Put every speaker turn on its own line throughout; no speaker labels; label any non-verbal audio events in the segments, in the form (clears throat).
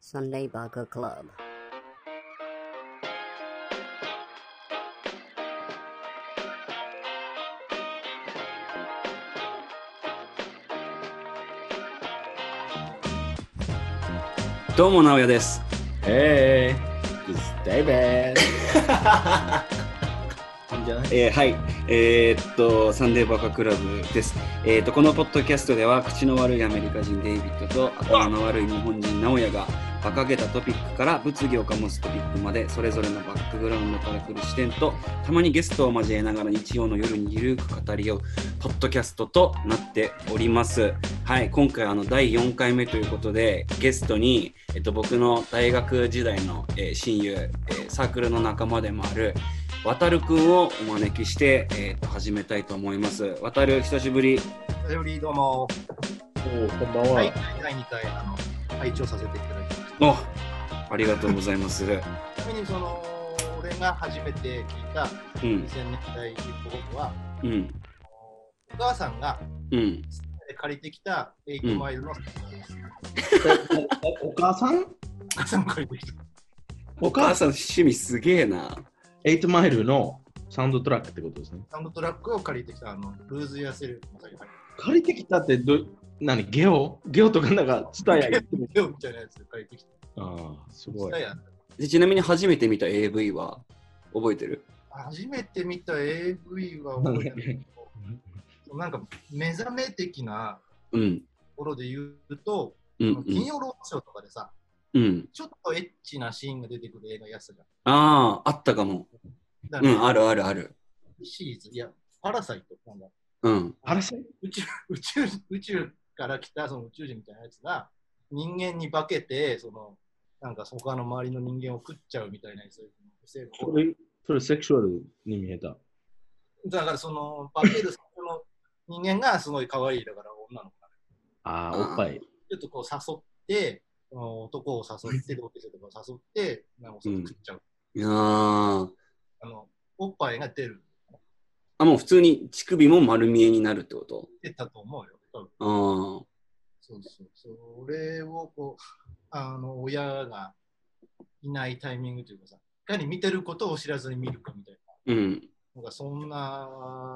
Sunday Barker Club.
「どうも、直哉です。
Hey, it's David. (laughs) いいんじゃない
えーはい。えーっと、サンデーバカクラブです。えーっと、このポッドキャストでは、口の悪いアメリカ人デイビッドと、頭の悪い日本人直哉が、馬鹿げたトピックから物議を醸すトピックまで、それぞれのバックグラウンドから来る視点と、たまにゲストを交えながら日曜の夜にゆるく語り合う、ポッドキャストとなっております。はい、今回あの第4回目ということでゲストに、えっと、僕の大学時代の、えー親友、えーサークルの仲間でもある渡るくんをお招きして、えーっと始めたいと思います渡る久しぶり
お便りどうも、
おーこんばんは。
はい、第2回あの拝聴させていただきまし
おありがとうございます
た。ちなみにその俺が初めて聞いた
うん
2000年代ヒップホップは、
うん
お母さんが
うん
借りてきた8マイルの、
(laughs) おお母さん
お母さんが借りてきた。
お母さん趣味すげえな
?8 マイルのサウンドトラックってことですね。
サウンドトラックを借りてきたあのルーズ・やセルフの先に借
借りてきたってど、何ゲオゲオとかなんか、ツタヤ行って
りてきた。みたいなやつで借りてきた。
ああ、すごい
ツタ。ヤ
でちなみに初めて見た AV は覚えてる
初めて見た AV は覚えてないけど、なんか目覚め的な
うん
ところで言うと、
うん
金曜ロードショーとかでさ、
うん、うん、
ちょっとエッチなシーンが出てくる映画やつじゃん。
あああったかも
だか
う
ら
んあるあるある
シリーズ、いや、パラサイト、なんだ
うん
(laughs) あれせ
宇宙 (laughs) 宇宙宇宙から来たその宇宙人みたいなやつが人間に化けて、そのなんか他の周りの人間を食っちゃうみたいなやつ。
それ、それセクシュアルに見えた。
だからその化けるその人間がすごい可愛いだから女の子が
ああ、おっぱい。
ちょっとこう誘って、その男を誘って、同級生とかを誘って、なんかその食っちゃう。
いやー
あのおっぱいが出る
あ、もう普通に乳首も丸見えになるってこと
出たと思うよ、多分。
あ
そうそう。それをこう、あの、親がいないタイミングというかさ、いかに見てることを知らずに見るかみたい
あ、うん。
な。なんかそんな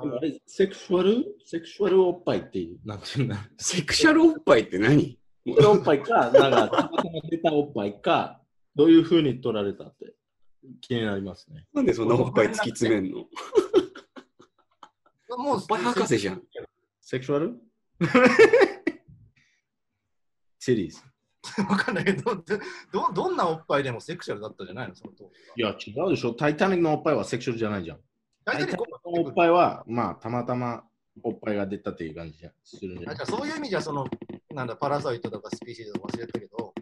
あ、れ、セクシュアルセクシュアルおっぱいってなってるんだ。
セクシャルおっぱいって何
おっぱいか、なんか、たまたま出たおっぱいか、どういうふうに取られたって気になりますね。
なんでそんなおっぱい突き詰めんの
も
お
う、
っぱい博士じゃん。
セクシュアル (laughs) シリーズ。
(laughs) わかんないけど、ど、どどんなおっぱいでもセクシャルだったじゃないのその当時
いや、違うでしょ。タイタニックのおっぱいはセクシュアルじゃないじゃん。
は。
タ
大
イタ
体
ニッ
こ
ク
う
のおっぱいは、まあ、たまたまおっぱいが出たっていう感じじゃん。するんじゃな
あ
い
じゃあそういう意味じゃ、その、なんだ、パラサイトとかスピーシーズとか忘れたけど、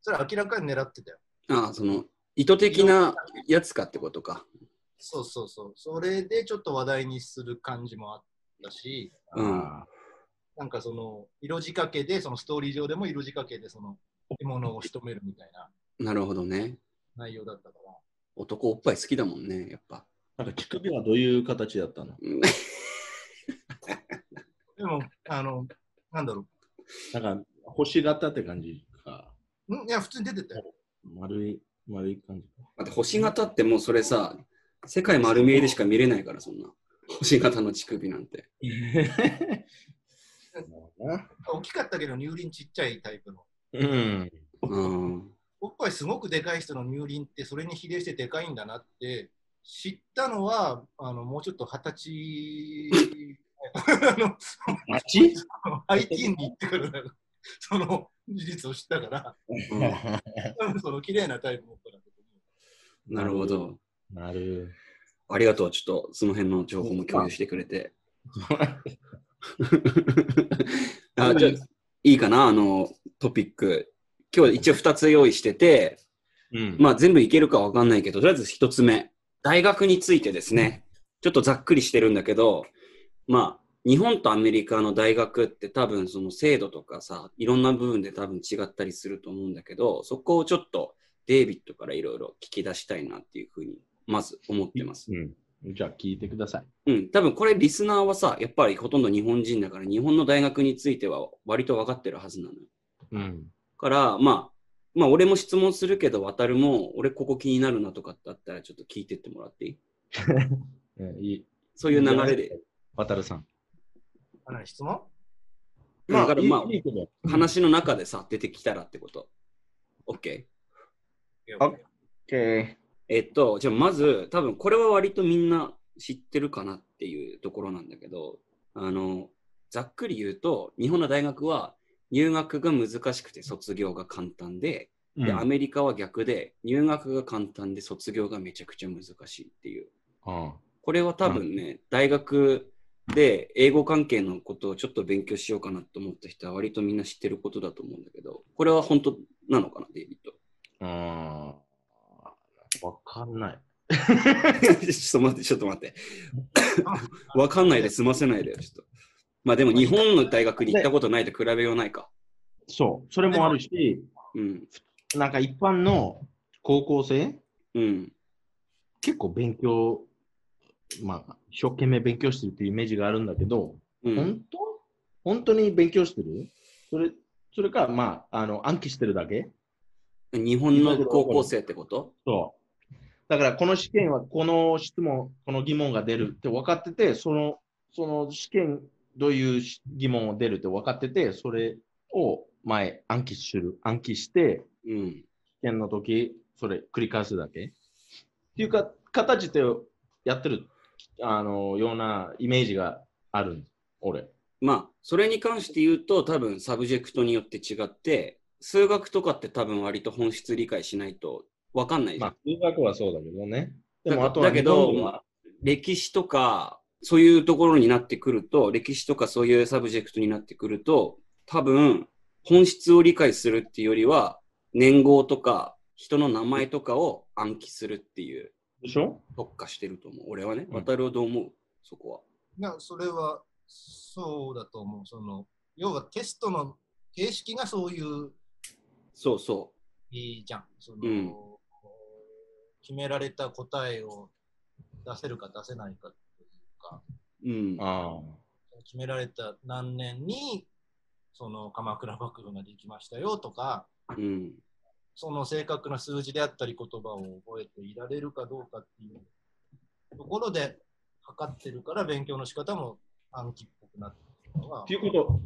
それは明らかに狙ってたよ。
ああ、その、意図的なやつかってことか。
そうそうそう。それでちょっと話題にする感じもあったし、
うん。
あ
なんかその色仕掛けで、そのストーリー上でも色仕掛けでその獲物を仕留めるみたいな
なるほどね。
内容だったから。
男おっぱい好きだもんね、やっぱ。 (laughs)
ーなんか乳首はどういう形だったの
うん
でも、あの、なんだろ
なんか、星型って感じか。
う。んいや、普通に出てたよ。
丸い、丸い感じか。 (laughs)
だって星型ってもうそれさ、世界丸見えでしか見れないから、そんな。星型の乳首なんて。
大きかったけど、乳輪ちっちゃいタイプの。
うん。
うん。
おっぱいすごくでかい人の乳輪って、それに比例してでかいんだなって、知ったのは、あの、もうちょっと二十歳、あの、
マチ
IT に行ってからだから、その事実を知ったから、
うん
多分その綺麗なタイプの子だと思う。
なるほど。
なる。
ありがとう。ちょっとその辺の情報も共有してくれて。 (laughs) あじゃあいいかなあのトピック。今日一応2つ用意してて、
うん
まあ全部いけるかわかんないけど、とりあえず1つ目。大学についてですね。ちょっとざっくりしてるんだけど、まあ日本とアメリカの大学って多分その制度とかさ、いろんな部分で多分違ったりすると思うんだけど、そこをちょっとデイビッドからいろいろ聞き出したいなっていうふうに、まず思ってます。
うん。じゃあ聞いてください。
うん、多分これリスナーはさ、やっぱりほとんど日本人だから、日本の大学については割と分かってるはずなのよ。
うん。
から、まあ、まあ、俺も質問するけど、渡るも、俺ここ気になるなとかってあったら、ちょっと聞いてってもらっていい
えいい。
そういう流れで。
渡るさん。
あ何質問
まあ、だからま
いいいいけど
あ、話の中でさ、出てきたらってこと。OK?
あで、
えっと、じゃあまず、多分これは割とみんな知ってるかなっていうところなんだけど、あの、ざっくり言うと、日本の大学は入学が難しくて卒業が簡単で、
うん
でアメリカは逆で、入学が簡単で卒業がめちゃくちゃ難しいっていう。
あ
これは多分ね、大学で英語関係のことをちょっと勉強しようかなと思った人は割とみんな知ってることだと思うんだけど、これは本当なのかな、デイビッ (laughs) ド。
あ。うん。わかんない。
ちょっと待って、ちょっと待って。わかんないで済ませないでよ、ちょっと。まあでも日本の大学に行ったことないと比べようないか。
そう。それもあるし、
うん。
なんか一般の高校生、
うん。
結構勉強、まあ、一生懸命勉強してるっていうイメージがあるんだけど、
うん。
本当本当に勉強してるそれ、それか、まあ、あの、暗記してるだけ
日本の高校生ってこと
そう。だから、この試験は、この質問、この疑問が出るって分かってて、その、その試験、どういうし疑問を出るって分かってて、それを前、暗記する、暗記して、
うん。
試験の時、それ繰り返すだけ。っていうか、形でやってる、あの、ようなイメージがある俺。
まあ、それに関して言うと、多分サブジェクトによって違って、数学とかって多分割と本質理解しないと分かんないじゃ
ま
ん
あ、数学はそうだけどね。で
だ
も、
か
あとは
だけ
日本
ど、
で
ま
は
あ、歴史とか、そういうところになってくると、歴史とかそういうサブジェクトになってくると、多分、本質を理解するっていうよりは、年号とか、人の名前とかを暗記するっていう、
でしょ
特化してると思う。俺はね、
うん
渡るはどう思う、そこは。
なそれはそうだと思う。その要はテストの形式がそういう
そうそ
いいじゃん。その、
うん
決められた答えを出せるか出せないかというか、
う。うん。
あ
決められた何年にその鎌倉幕府ができましたよとか、
うん。
その正確な数字であったり言葉を覚えていられるかどうかっていうところで測ってるから勉強の仕方も暗記っぽくなってるの
あ。
は
っていうこと、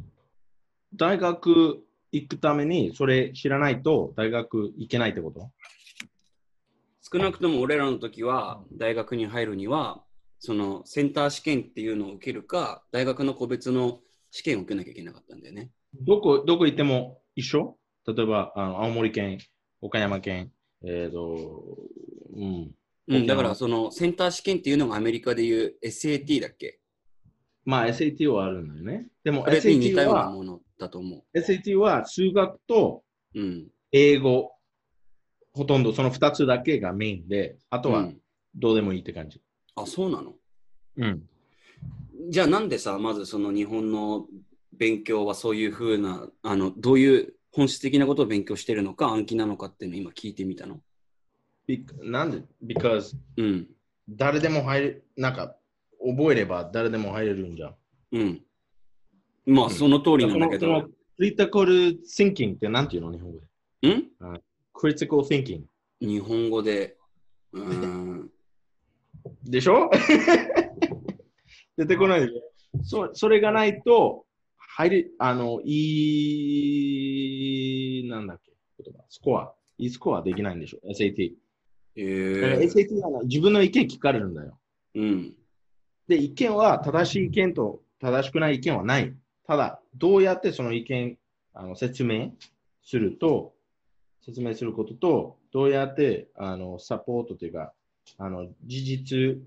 大学行くために、それ知らないと、大学行けないってこと
少なくとも俺らの時は大学に入るにはそのセンター試験っていうのを受けるか大学の個別の試験を受けなきゃいけなかったんだよね。
どこ、どこ行っても一緒例えば、あの青森県、岡山県、えっ、と、うん。
うん、
OK
だからそのセンター試験っていうのがアメリカでいう SAT だっけ
まあ、SAT はあるんだよね。でも
あれに似た
SAT
ような
は、
ものだと思
SAT は数学と
う。うん。
英語、ほとんどその2つだけがメインで、あと
う
は
ん
どうでもいいって感じ。
あ、そうなの
うん。
じゃあなんでさ、まずその日本の勉強はそういうふうな、あの、どういう本質的なことを勉強してるのか暗記なのかっていうのを今聞いてみたの。
Be- なんで ?because
うん。
誰でも入れ、なんか、覚えれば誰でも入れるんじゃん。
うん。まあ、その通りなんだけ
その
ど
そ。クリティカル thinking ってなんていうの日本語で。
うん
クリティカル thinking。
日本語で、うー
(laughs)
ん、
で
(laughs)
しょ出てこないでしょそそれがないと、入れ、あの、いい、なんだっけ、言葉、スコア、いいスコアできないんでしょ ?SAT。
え
だから
ー、
SAT は自分の意見聞かれるんだよ。
うん、
で、意見は正しい意見と正しくない意見はない。ただ、どうやってその意見、あの説明すると、説明することと、どうやってあのサポートというか、あの事実、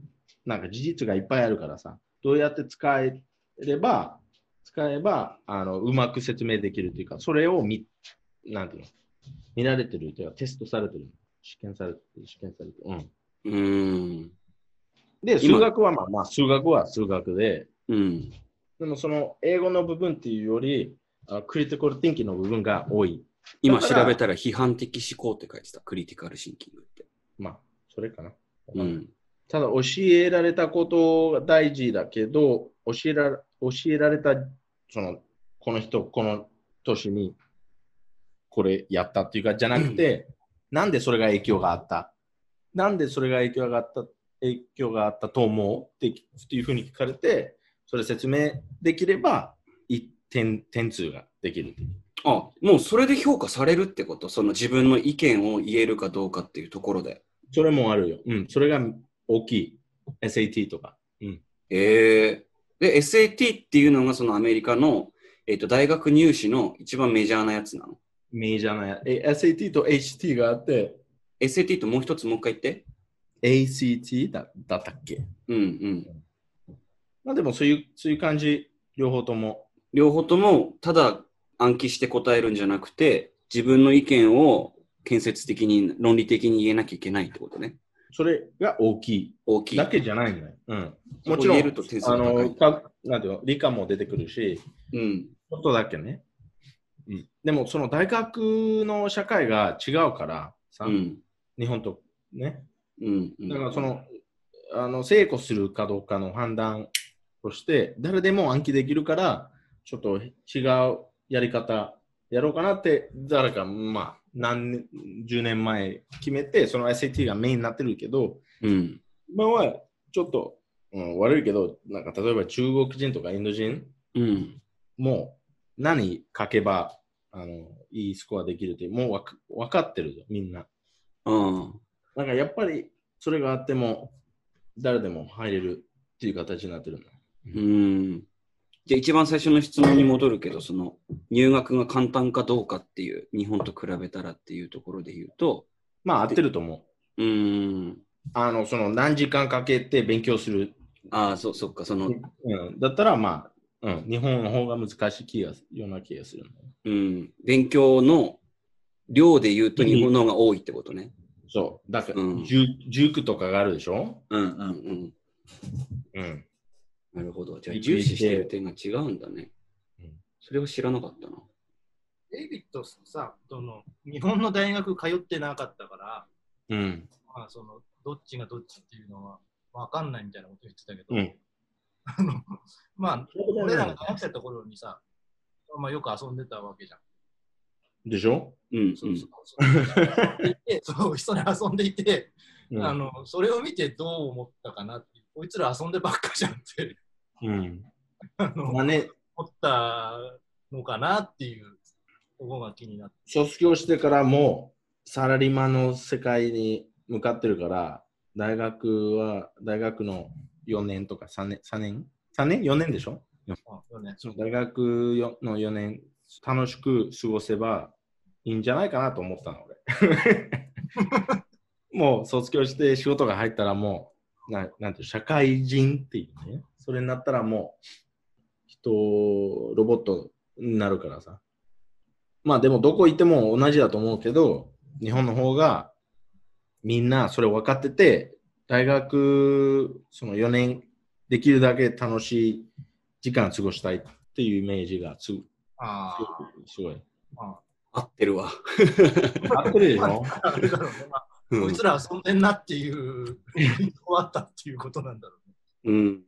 なんか事実がいっぱいあるからさ、どうやって使えれば、使えば、あのうまく説明できるというか、それを見、なんていうの、見られてるというか、テストされてる。試験されてる、試験されてる。うん。
うーん、
で、
今
数学はまあまあ、数学は数学で、
うん、
でもその英語の部分っていうより、あクリティカル・ティンキングの部分が多い。
今
だから
調べたら批判的思考って書いてた、クリティカルシンキングって。
まあ、それかな。
うん、
ただ、教えられたことが大事だけど、教えら教えられた、その、この人、この年に、これやったっていうか、じゃなくて、なんでそれが影響があったなんでそれが影響があった影響があったと思うってっていうふうに聞かれて、それ説明できれば、一点、点数ができる。
あ、もうそれで評価されるってことその自分の意見を言えるかどうかっていうところで。
それもあるよ。うん、それが大きい。SAT とか。
えー、で、SAT っていうのがそのアメリカの、えっと大学入試の一番メジャーなやつなの。
メジャーなや。え SAT と HT があって、
SAT ともう一つもう一回言って。
ACT だだったっけ
うんうん。
まあでもそういう、そういう感じ、両方とも。
両方ともただ暗記して答えるんじゃなくて、自分の意見を建設的に、論理的に言えなきゃいけないってことね。
それが大き
大き
い。
い。
だけじゃないんだよ。うん。
そこ
もちろ
言
ん、
えると点数
あ
が高い
の、かなんていうの、理科も出てくるし、
うん。
ちょっとだけね。うん。でも、その大学の社会が違うから、さ
うん。
日本とね。
うん。うん
だから、その、あの、成功するかどうかの判断として、誰でも暗記できるから、ちょっと違うやり方やろうかなって、誰か、まあ、何年、10年前決めて、その SAT がメインになってるけど、
うん。
今はちょっと、うん、悪いけど、なんか例えば中国人とかインド人
うん。
も何書けばあのいいスコアできるってもうわか分かってるよ、みんな。
ああ。
なんかやっぱりそれがあっても誰でも入れるっていう形になってるんだ。
うん。じゃあ一番最初の質問に戻るけど、その入学が簡単かどうかっていう、日本と比べたらっていうところで言うと、
まあ合ってると思う。
うーん、
あのその何時間かけて勉強する、
ああ、そうそっか、その、
うん、だったらまあ、うん、日本の方が難しい気がような気がする。
うん、勉強の量で言うと日本の方が多いってことね。
そう。だから、
うん
塾塾とかがあるでしょ
うんうんうん。
うん。
なるほど。じゃあ重視してる点が違うんだね
うん。
それは知らなかったな。
デイビッドさ、その日本の大学通ってなかったから、
うん。
まあ、そのどっちがどっちっていうのは分かんないみたいなこと言ってたけど、
うん
あの (laughs) まあ、俺
俺
ら
ら
が
が
大学生の頃にさ、まあ、よく遊んでたわけじゃん。
でしょ
うん、う
そうそ
ん。
うそう
(laughs)
でそう人に遊んでいて、
うん
あの、それを見てどう思ったかなって、こいつら遊んでばっかじゃんって (laughs)
うん。
あの
まあね、
思ったのかなっていうところが気になって。
卒業してからもうサラリーマンの世界に向かってるから、大学は、大学の4年とか3年、3年 ?3 年 ?4 年でしょ
あそうね
そう大学よの4年、楽しく過ごせばいいんじゃないかなと思ったの、俺。もう卒業して仕事が入ったらもう、ななんていう社会人っていうね。それになったらもう、人、ロボットになるからさ。まあでもどこ行っても同じだと思うけど、日本の方がみんなそれ分かってて、大学その4年できるだけ楽しい時間過ごしたいっていうイメージがすご
あー
すごい。
合ってるわ。
合 (laughs) ってるでしょ
あれだろうねまあ
う
こ
ん
いつら遊んでんなっていう、 (laughs) 終わったっていうことなんだろうね。
うん。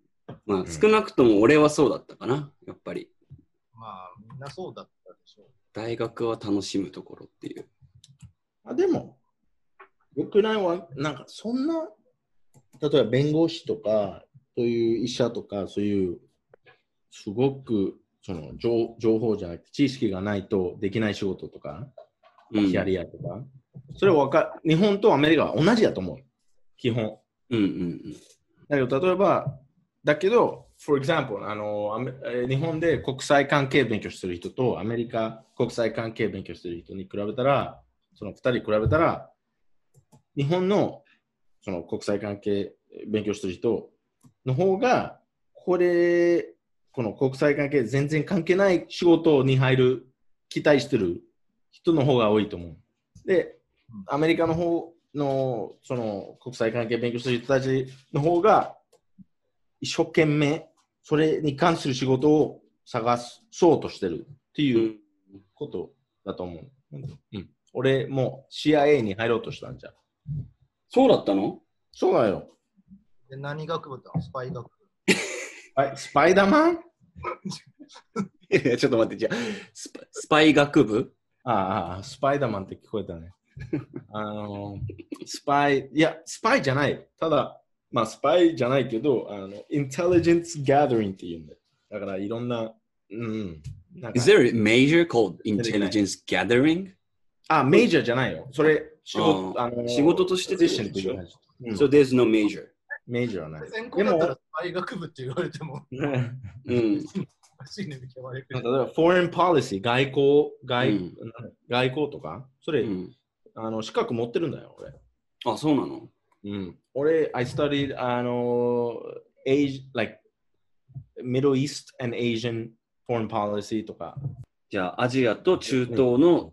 まあ
ん
少なくとも俺はそうだったかな、やっぱり。
まあ、みんなそうだったでしょう。
大学は楽しむところっていう。
あでも、よくないわ。なんかそんな、例えば弁護士とか、そういう医者とか、そういう、すごくその情情報じゃなくて、知識がないとできない仕事とか、
うん
キャリアとか、それわか日本とアメリカは同じだと思う。基本。
うんうん
だけど、例えば、だけど、for example あのアメえー日本で国際関係勉強してる人とアメリカ国際関係勉強してる人に比べたら、その2人比べたら、日本のその国際関係勉強してる人の方が、これ、この国際関係全然関係ない仕事に入る、期待してる人の方が多いと思う。で、アメリカの方のその国際関係勉強する人たちの方が一生懸命それに関する仕事を探そうとしてるって
うん。う
いうんことだと思う。うん、俺もう CIA に入ろうとしたんじゃん。
そうだったの
そうだよ。
で、何学部だったのスパイ学部。
はい、スパ
(laughs)
イダーマン
いやちょっと待って、じゃあ、スパスパイ学部
ああ、スパイダーマンって聞こえた
(laughs)
ね。あの、スパイ、いや、スパイじゃない。ただ、まあ、スパイじゃないけど、あの、インテリジェンス・ガーダリングって言うんだよ。だから、いろんな、うん。なんか
Is there a major called intelligence gathering?
あ、メジャーじゃないよ。それ、仕事
あー
あの
仕事としてって
ポ
こ
ジシ
と
ョンと
で
い
しょ
う感じうん
So there's no major.
メジャーはない。
全
で
校だったら
も、
スパイ学部って言われても、
うん。
おかしいね、嫌われて
例え
る。
ば、フォー i g n policy、外交、外,、
うん
外交とか、そうれ、
ん、
あの資格持ってるんだよ、俺。
あ、そうなの
うん、俺、I studied あの、Asia, like Middle East and Asian foreign policy とか。
じゃあ、アジアと中東の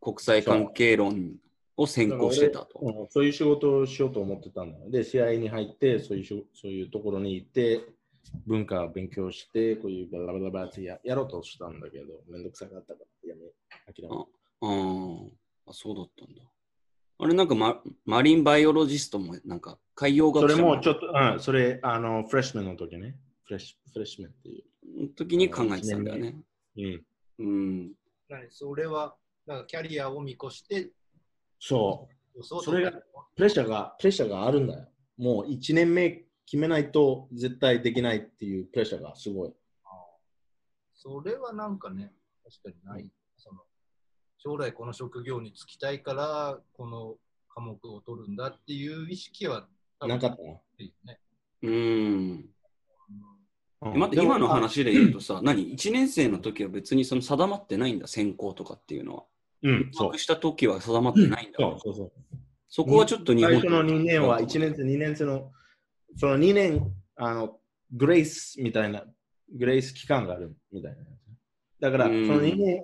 国際関係論を専攻してたと。
うんそういう仕事をしようと思ってたんだよ。で、試合に入って、そういうしそういうところに行って、文化を勉強して、こういうバラバラバラってややろうとしたんだけど、めんどくさかったから、やめ、諦めた。
あーあ、そうだったんだ。あれ、なんかママリンバイオロジストも、なんか海洋
そ
学
れ
者
も
の
ちょっと、うん、それ、あの、フレッシュメンの時ね。フレッシュフレッシュメンってい
時に考えてたんだよね。
う。うん。
うん。
なんでそれは、なんかキャリアを見越して、
そう。
予想
それがプレッシャーが、プレッシャーがあるんだよ。もう1年目決めないと絶対できないっていうプレッシャーがすごい。
それはなんかね、確かにない。その将来この職業に就きたいから、この科目を取るんだっていう意識は多分
なかったな。
いいね。
うん。
うん
え待って、
でも
今の。話で言うとさ、 (clears throat) 何 ?1 年生の時は別にその定まってないんだ、専攻とかっていうのは。
うん、そ
入
う
学。した時は定まってないんだ。
そうそうそう
そこはちょっと日
最
本
初の2年は1年生、2年生の、その2年、あの、グレイスみたいな、グレイス期間があるみたいな。だから、そ
うん
の2年、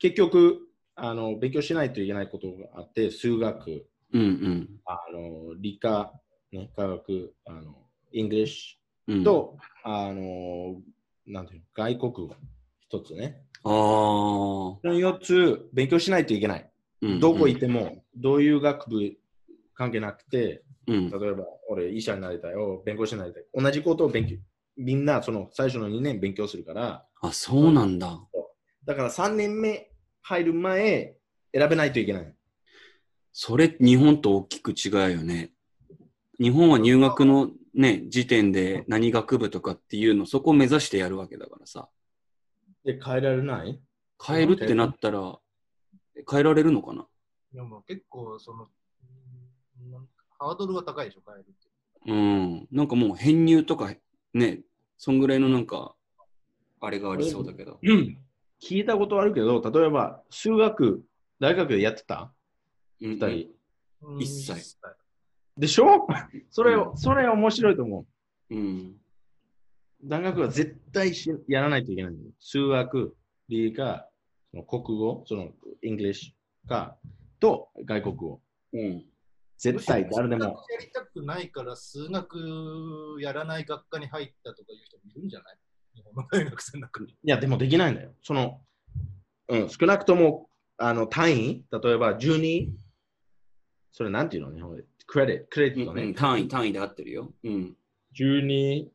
結局、あの、勉強しないといけないことがあって、数学、
うん
あの、理科、ね、科学、あの、イングリッシュ、
うん。うん、
と、あの、なんていうの、外国語、一つね。
ああ、
この四つ、勉強しないといけない。
うん
どこ行っても、どういう学部関係なくて、
うん
例えば、俺、医者になりたい、お弁護士になりたい。同じことを勉強、みんな、その、最初の2年勉強するから、
あ、そうなんだ。
だから3年目入る前、選べないといけない。
それ、日本と大きく違うよね。日本は入学のね、時点で何学部とかっていうの、そこを目指してやるわけだからさ。
で、変えられない
変えるってなったら、変えられるのかな
でも結構、その、うんなんかハードルは高いでしょ、変えるって。
うん。なんかもう編入とか、ね、そんぐらいのなんか、あれがありそうだけど。
聞いたことあるけど、例えば、数学、大学でやってた
二
?2 人。
うん
一切
でしょ (laughs) それ、
う
それ面白いと思う。
うん。
大学は絶対しやらないといけないんだよ。数学、理科、その国語、その、イングリッシュか、と外国語。
うん。
絶対誰でも。。
やりたくないから、数学やらない学科に入ったとかいう人もいるんじゃない日本の大学生の中に。
いや、でもできないんだよ。その、うん、少なくとも、あの、単位、例えば12、それなんていうの日本で。クレディット、クレディット
う
ね。
ん、単位、単位で合ってるよ。 (laughs) うん。
12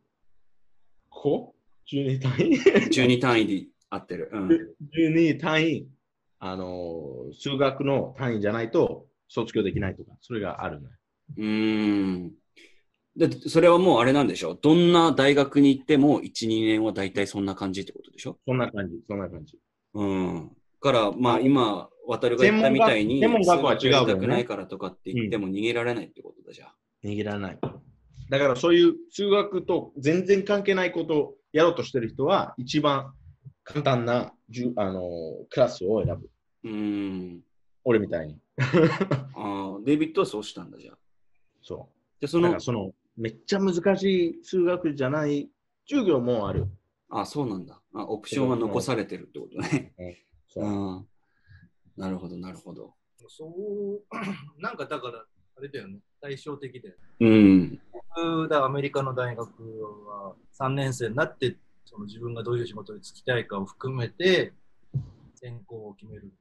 個 ?12 単位
12単位で合ってる。うん。
12単位、あのー、数学の単位じゃないと卒業できないとか、それがあるね。
うーん。だってそれはもうあれなんでしょどんな大学に行っても1、2年は大体そんな感じってことでしょ
そんな感じ、そんな感じ。
うん。から、まあ今、渡るが言ったみたいに、
専門学
数
専門学は違
やり
うよね
たくないからとかって言っても逃げられないってことだじゃん。
握らない。だからそういう数学と全然関係ないことをやろうとしてる人は、一番簡単な、じゅあのー、クラスを選ぶ。
うーん。
俺みたいに。
ああ、デイビッドはそうしたんだじゃん。
そ。
で、そう
だか
の
ら、その、めっちゃ難しい数学じゃない授業もある。
あそうなんだあ。オプションは残されてるってことね。。
(laughs) そううん
なるほど、なるほど。
そう、なんかだから、あれだよね、対照的だよね
うん。
僕だアメリカの大学は3年生になってその自分がどういう仕事に就きたいかを含めて専攻を決める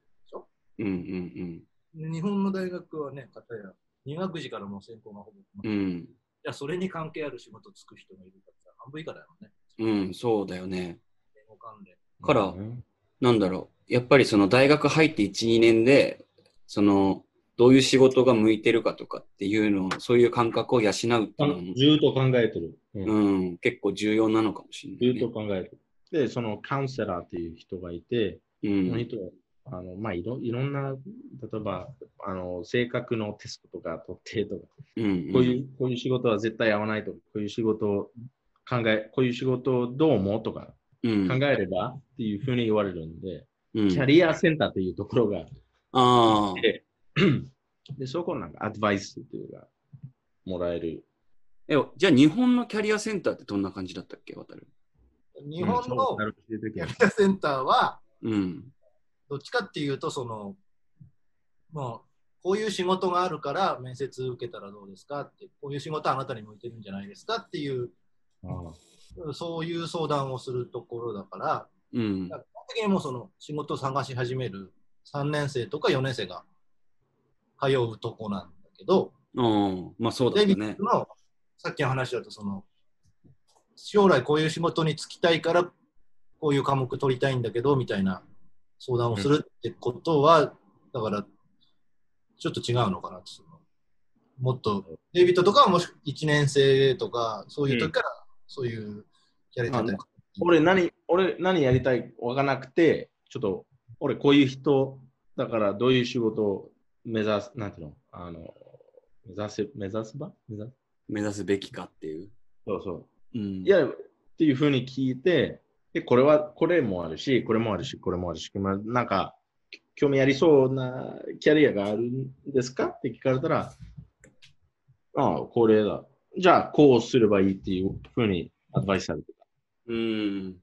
うんうん
日本の大学はね方や入学時からもう専攻がほぼ決ま
う
って
ん。うん。
いやそれに関係ある仕事をつく人がいるからさ半分以下だよね
うん、そうだよね。
言語関連
から
うん
なんだろう、やっぱりその大学入って1、2年で、その、どういう仕事が向いてるかとかっていうのを、そういう感覚を養うっていうの
あの
も、
ずーっと考えてる。うん
うん、結構重要なのかもし
ず
れ
ー
な
っ
い、
と
ね。
考えてる。で、そのカウンセラーっていう人がいて、
う
その
ん。
人は、あのまあ、いろいろんな、例えばあの、性格のテストとか取ってとか、
うん。
こういう、こういう仕事は絶対合わないとか、こういう仕事を考え、こういう仕事をどう思うとか、
うん、
考えればっていうふうに言われるんで、
うん
キャリアセンターっていうところがあ
ああ
っ、て、で、そこなんかアドバイスっていうか、もらえる。
え、じゃあ日本のキャリアセンターってどんな感じだったっけ、渡る。
日本の
なるほど教えてく
キ
れ
ャリアセンターは、
うん。
どっちかっていうと、その、もう、こういう仕事があるから面接受けたらどうですかって、こういう仕事あなたに向いてるんじゃないですかっていう、
あ
そういう相談をするところだから、
うん。
基本的にもうその仕事を探し始める3年生とか4年生が通うとこなんだけど、
うん。まあそうだ
デ
よ
イビッ
ね。
ドのさっきの話だとその将来こういう仕事に就きたいからこういう科目取りたいんだけどみたいな相談をするってことは、だからちょっと違うのかなってそのもっとデイビッドとかはもし1年生とかそういう時からそういうやり方
あ俺何、俺何やりたいわからなくて、ちょっと、俺こういう人だからどういう仕事を目指す、なんていうの、あの、目指せ、目指すば目指す
目指すべきかっていう。
そうそう。
うん。
いや、っていうふうに聞いて、で、これは、これもあるし、これもあるし、これもあるし、まあなんか、興味ありそうなキャリアがあるんですかって聞かれたら、ああ、これだ。じゃあ、こうすればいいっていうふうにアドバイスされてた。
うん。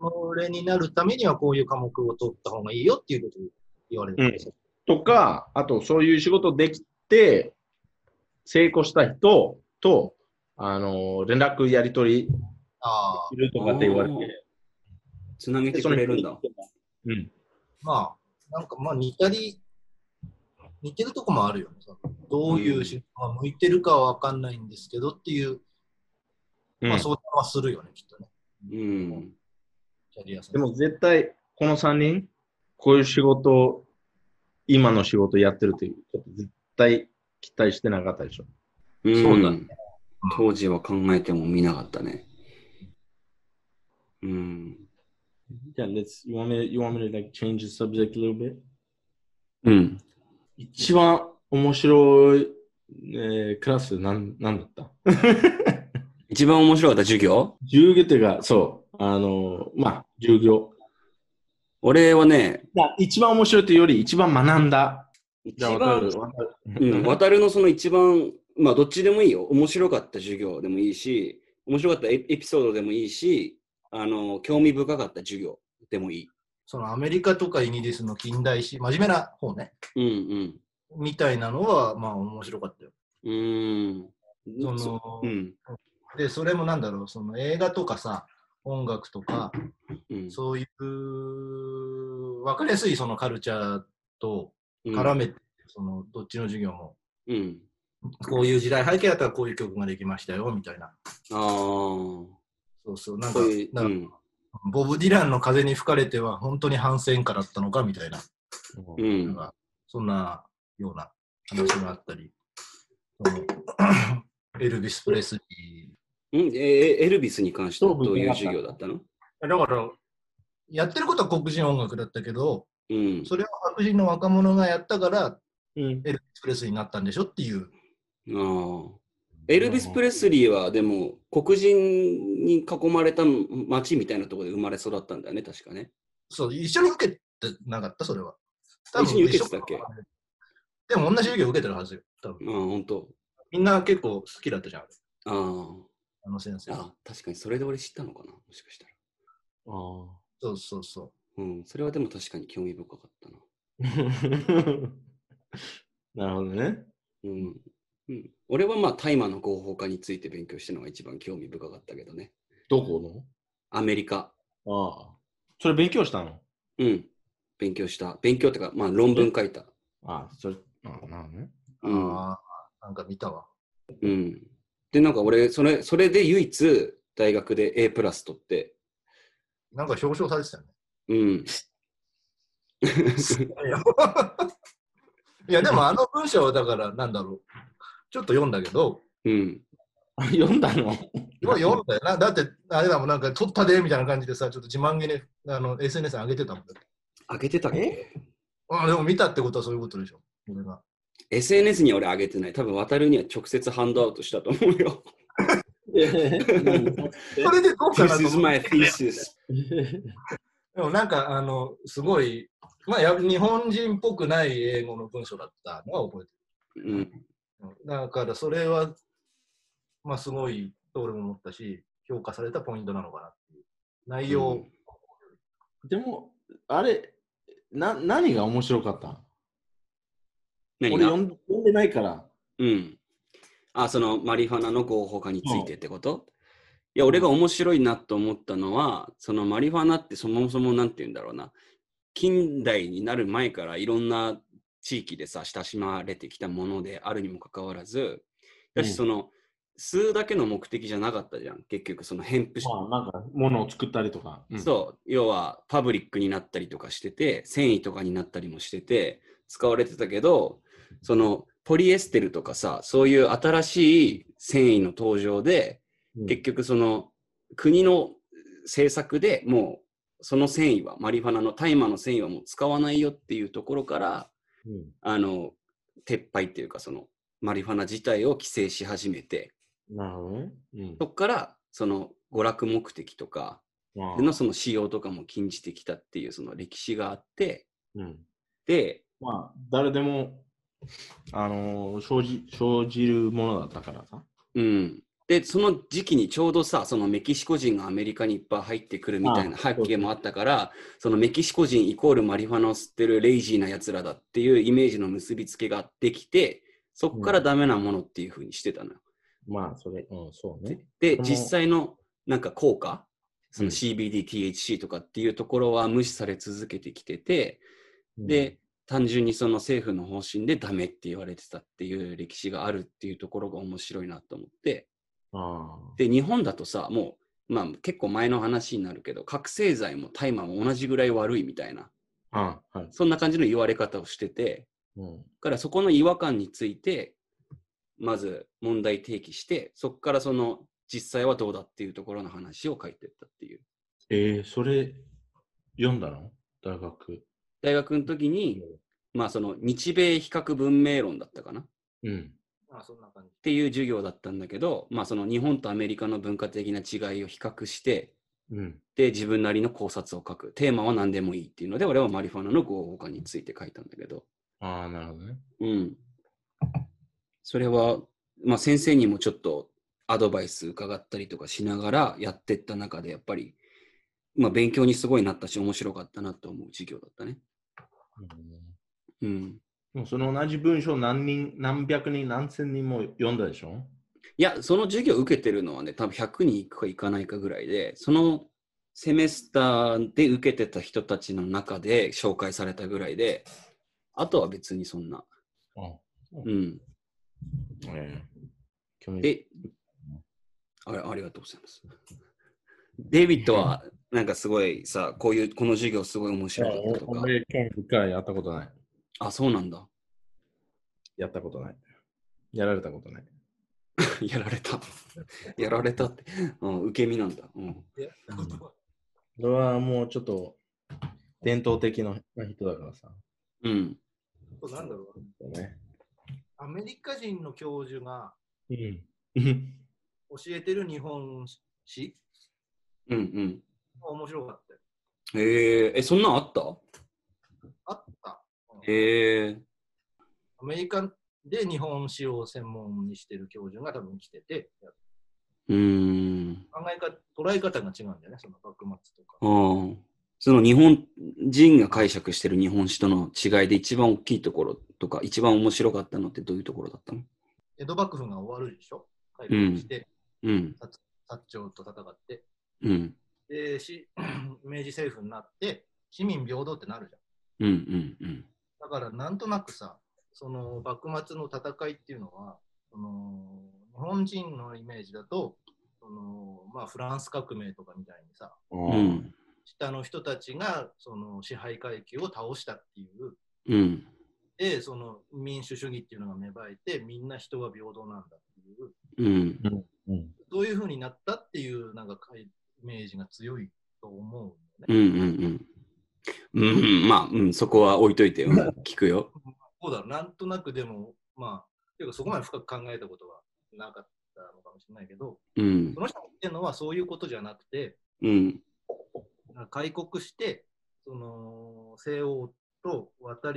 これになるためにはこういう科目を取った方がいいよっていうことを言われるんですよ。
とか、あと、そういう仕事できて、成功した人と、あの、連絡やり取り
ああ
するとかって言われ
おー
て、
つなげて
で
くれるんだ。。
うん。
まあ、なんかまあ似たり、似てるとこもあるよね。そのどういう仕事が向いてるかは分かんないんですけどっていう、
うん
まあ、相談はするよね、きっとね。
うん。
キャリアさん。
でも絶対、この3人、こういう仕事を、今の仕事やってるっていうこと、絶対期待してなかったでしょ。
ん
そうだね
当時は考えても見なかったね。うん。
Yeah, let's, you want me, you want me to like change the subject a little bit?
うん。
一番面白い、えークラスなん、なんだった
一番面白かった授業
授業っていうか、そう、あの、まあ、授業。
俺はね、
まあ一番面白いというより、一番学んだ。
一
じゃあ、
番、
わかるわかる。
うん、渡るのその一番、まあどっちでもいいよ。面白かった授業でもいいし、面白かったエピエピソードでもいいし、あの、興味深かった授業でもいい。
そのアメリカとかイギリスの近代史、真面目な方ね、
うんうん。
みたいなのは、まあ面白かったよ。
うーん。
そ
そ
の
うん。
で、それもなんだろう、その映画とかさ、音楽とか、
うん。
そういう分かりやすいそのカルチャーと
うん
絡めて、そのどっちの授業も
うん。
こういう時代背景だったらこういう曲ができましたよみたいな。
ああ。
そうそう。なんか、
そういう、
な
うん
か
ん。
ボブ・ディランの風に吹かれては本当に反戦歌だったのかみたいな。
う
なん
ん。
かそんなような話があったり。そのエルビス・プレスリ
うんええエルビスに関してはどういう授業だったの
ー。だから、やってることは黒人音楽だったけど、
うん。
それを白人の若者がやったから、
うん。
エルビス・プレスリーになったんでしょっていう。
ああ。エルビス・プレスリーはでも黒人に囲まれた町みたいなところで生まれ育ったんだよね、確かね。
そう、一緒に受けてなかった、それは。
一緒に受けてたっけ
一緒でも同じ授業受けてるはずよ、多分
ああ、本当。
みんな結構好きだったじゃん、
あー
あの先生。
あ。確かにそれで俺知ったのかな、もしかしたら。
ああ。
そうそうそ
うん。それはでも確かに興味深かったな。
(laughs) なるほどね。
うん。うん、俺はまあ大麻の合法化について勉強したのが一番興味深かったけどね。
どこ
アメリカ。
のああ。それ勉強したの
うん。勉強した。勉強ってか、まあ論文書いた。
ああ、それ、なるほどね。
う。
うん。
ああ、なんか見たわ。
うん。で、なんか俺、それ、それで唯一大学で A プラス取って、
なんか表彰されてたよね。
うん。 (laughs)
(laughs) いや、でもあの文章はだから、なんだろう。ちょっと読んだけど、
うん。
読んだの (laughs)
今読んだよな。だって、あれだもん、なんか撮ったでみたいな感じでさ、ちょっと自慢げにあの SNS に上げてたもん。
上げてたっけ
あでも見たってことはそういうことでしょ。俺が。
?SNS には俺上げてない。多分渡るには直接ハンドアウトしたと思うよ。
それでどうかなと
This is
思って
my thesis.
でもなんか、あの、すごい、まあ、や日本人っぽくない英語の文章だったのは覚えてる。
うん。
だからそれは、まあすごいと俺も思ったし、評価されたポイントなのかなっていう。内容、
うん
でも、あれ、な、何が面白かった
何
俺
が
読ん読んでないから。
うん。あ、そのマリファナの合法化についてってこといや、俺が面白いなと思ったのは、そのマリファナってそもそもなんて言うんだろうな、近代になる前からいろんな地域でさ、親しまれてきたものであるにもかかわらず、だ
う
し、
ん
その、吸うだけの目的じゃなかったじゃん。結局、そのヘンプし、
まあ、なんか、ものを作ったりとか。うん
そう、要はパブリックになったりとかしてて、繊維とかになったりもしてて、使われてたけど、そのポリエステルとかさ、そういう新しい繊維の登場で、
うん
結局その国の政策でもうその繊維は、マリファナの大麻の繊維はもう使わないよっていうところから、
うん
あの、撤廃っていうかそのマリファナ自体を規制し始めて、
なるほどね。うん
そこからその娯楽目的とか、
まあ
でのその使用とかも禁じてきたっていうその歴史があって
うん
で
まあ、誰でも、あのー生じ、生じるものだったからさ。
うんでその時期にちょうどさそのメキシコ人がアメリカにいっぱい入ってくるみたいな背景もあったからそのメキシコ人イコールマリファナを吸ってるレイジーなやつらだっていうイメージの結びつけができてそこからダメなものっていうふうにしてたのよ。
まあ、それ、うん、そうね。
で
その
実際のなんか効果その
うん
CBDTHC とかっていうところは無視され続けてきてて、
うん、
で、単純にその政府の方針でダメって言われてたっていう歴史があるっていうところが面白いなと思って、
あ
で、日本だとさ、もう、まあ結構前の話になるけど、覚醒剤も大麻も同じぐらい悪いみたいな、
あ、ああはい。
そんな感じの言われ方をしてて、
うん
だからそこの違和感について、まず問題提起して、そこからその実際はどうだっていうところの話を書いてったっていう。
えー、それ、読んだの大学。
大学の時に、まあその日米比較文明論だったかな。
うん。
まあそんな感じ。
っていう授業だったんだけど、まあ、その日本とアメリカの文化的な違いを比較して
うん。
で自分なりの考察を書くテーマは何でもいいっていうので俺はマリファナの合法化について書いたんだけど、
ああ、なるほどね。
うん、それは、まあ、先生にもちょっとアドバイス伺ったりとかしながらやってった中でやっぱり、まあ、勉強にすごいなったし面白かったなと思う授業だったね。
うん
うん、
でもその同じ文章何人、何百人、何千人も読んだでしょ
いや、その授業を受けてるのはね、多分100人いくかいかないかぐらいで、そのセメスターで受けてた人たちの中で紹介されたぐらいで、あとは別にそんな。
あ
うん。
ええで、
で、あれありがとうございます。デイビッドは、なんかすごいさ、こういう、この授業すごい面白かったとか。
俺、興味深い、やったことない。
あ、そうなんだ。 (laughs)
やったことない。やられたことない。
やられた。 (laughs) やられたって。うん、受け身なんだ。うん。
で
うん俺はもうちょっと伝統的な人だからさ。
うん。
なんだろう。
ね、
アメリカ人の教授が
うん。
教えてる日本史
うんうん。
面白かったよ。
えー、え、そんなんあった
あった。
えー、
アメリカで日本史を専門にしてる教授が多分来てて、
うーん。
考え方、捉え方が違うんだよね、その幕末とか。
ああ。その日本人が解釈してる日本史との違いで一番大きいところとか、一番面白かったのってどういうところだったの
江戸幕府が終わるでしょ改革して、
うん。
薩長と戦って。
うん。
で、し (clears throat) 明治政府になって、市民平等ってなるじゃん。
うんうんうん。
だからなんとなくさ、その幕末の戦いっていうのは、その日本人のイメージだと、そのまあ、フランス革命とかみたいにさ、
うん。
下の人たちがその支配階級を倒したっていう
うん。
でその民主主義っていうのが芽生えてみんな人は平等なんだっていう
うん。
うん。
どういうふうになったっていうなんかイメージが強いと思うんだよね。
うんうんうん。うんうん、まあ、うん、そこは置いといてよ。聞くよ。
そうだろうなんとなくでもまあていうかそこまで深く考えたことはなかったのかもしれないけど
うん
そ。の人が言ってるのはそういうことじゃなくて
うん。
開国してその西欧と渡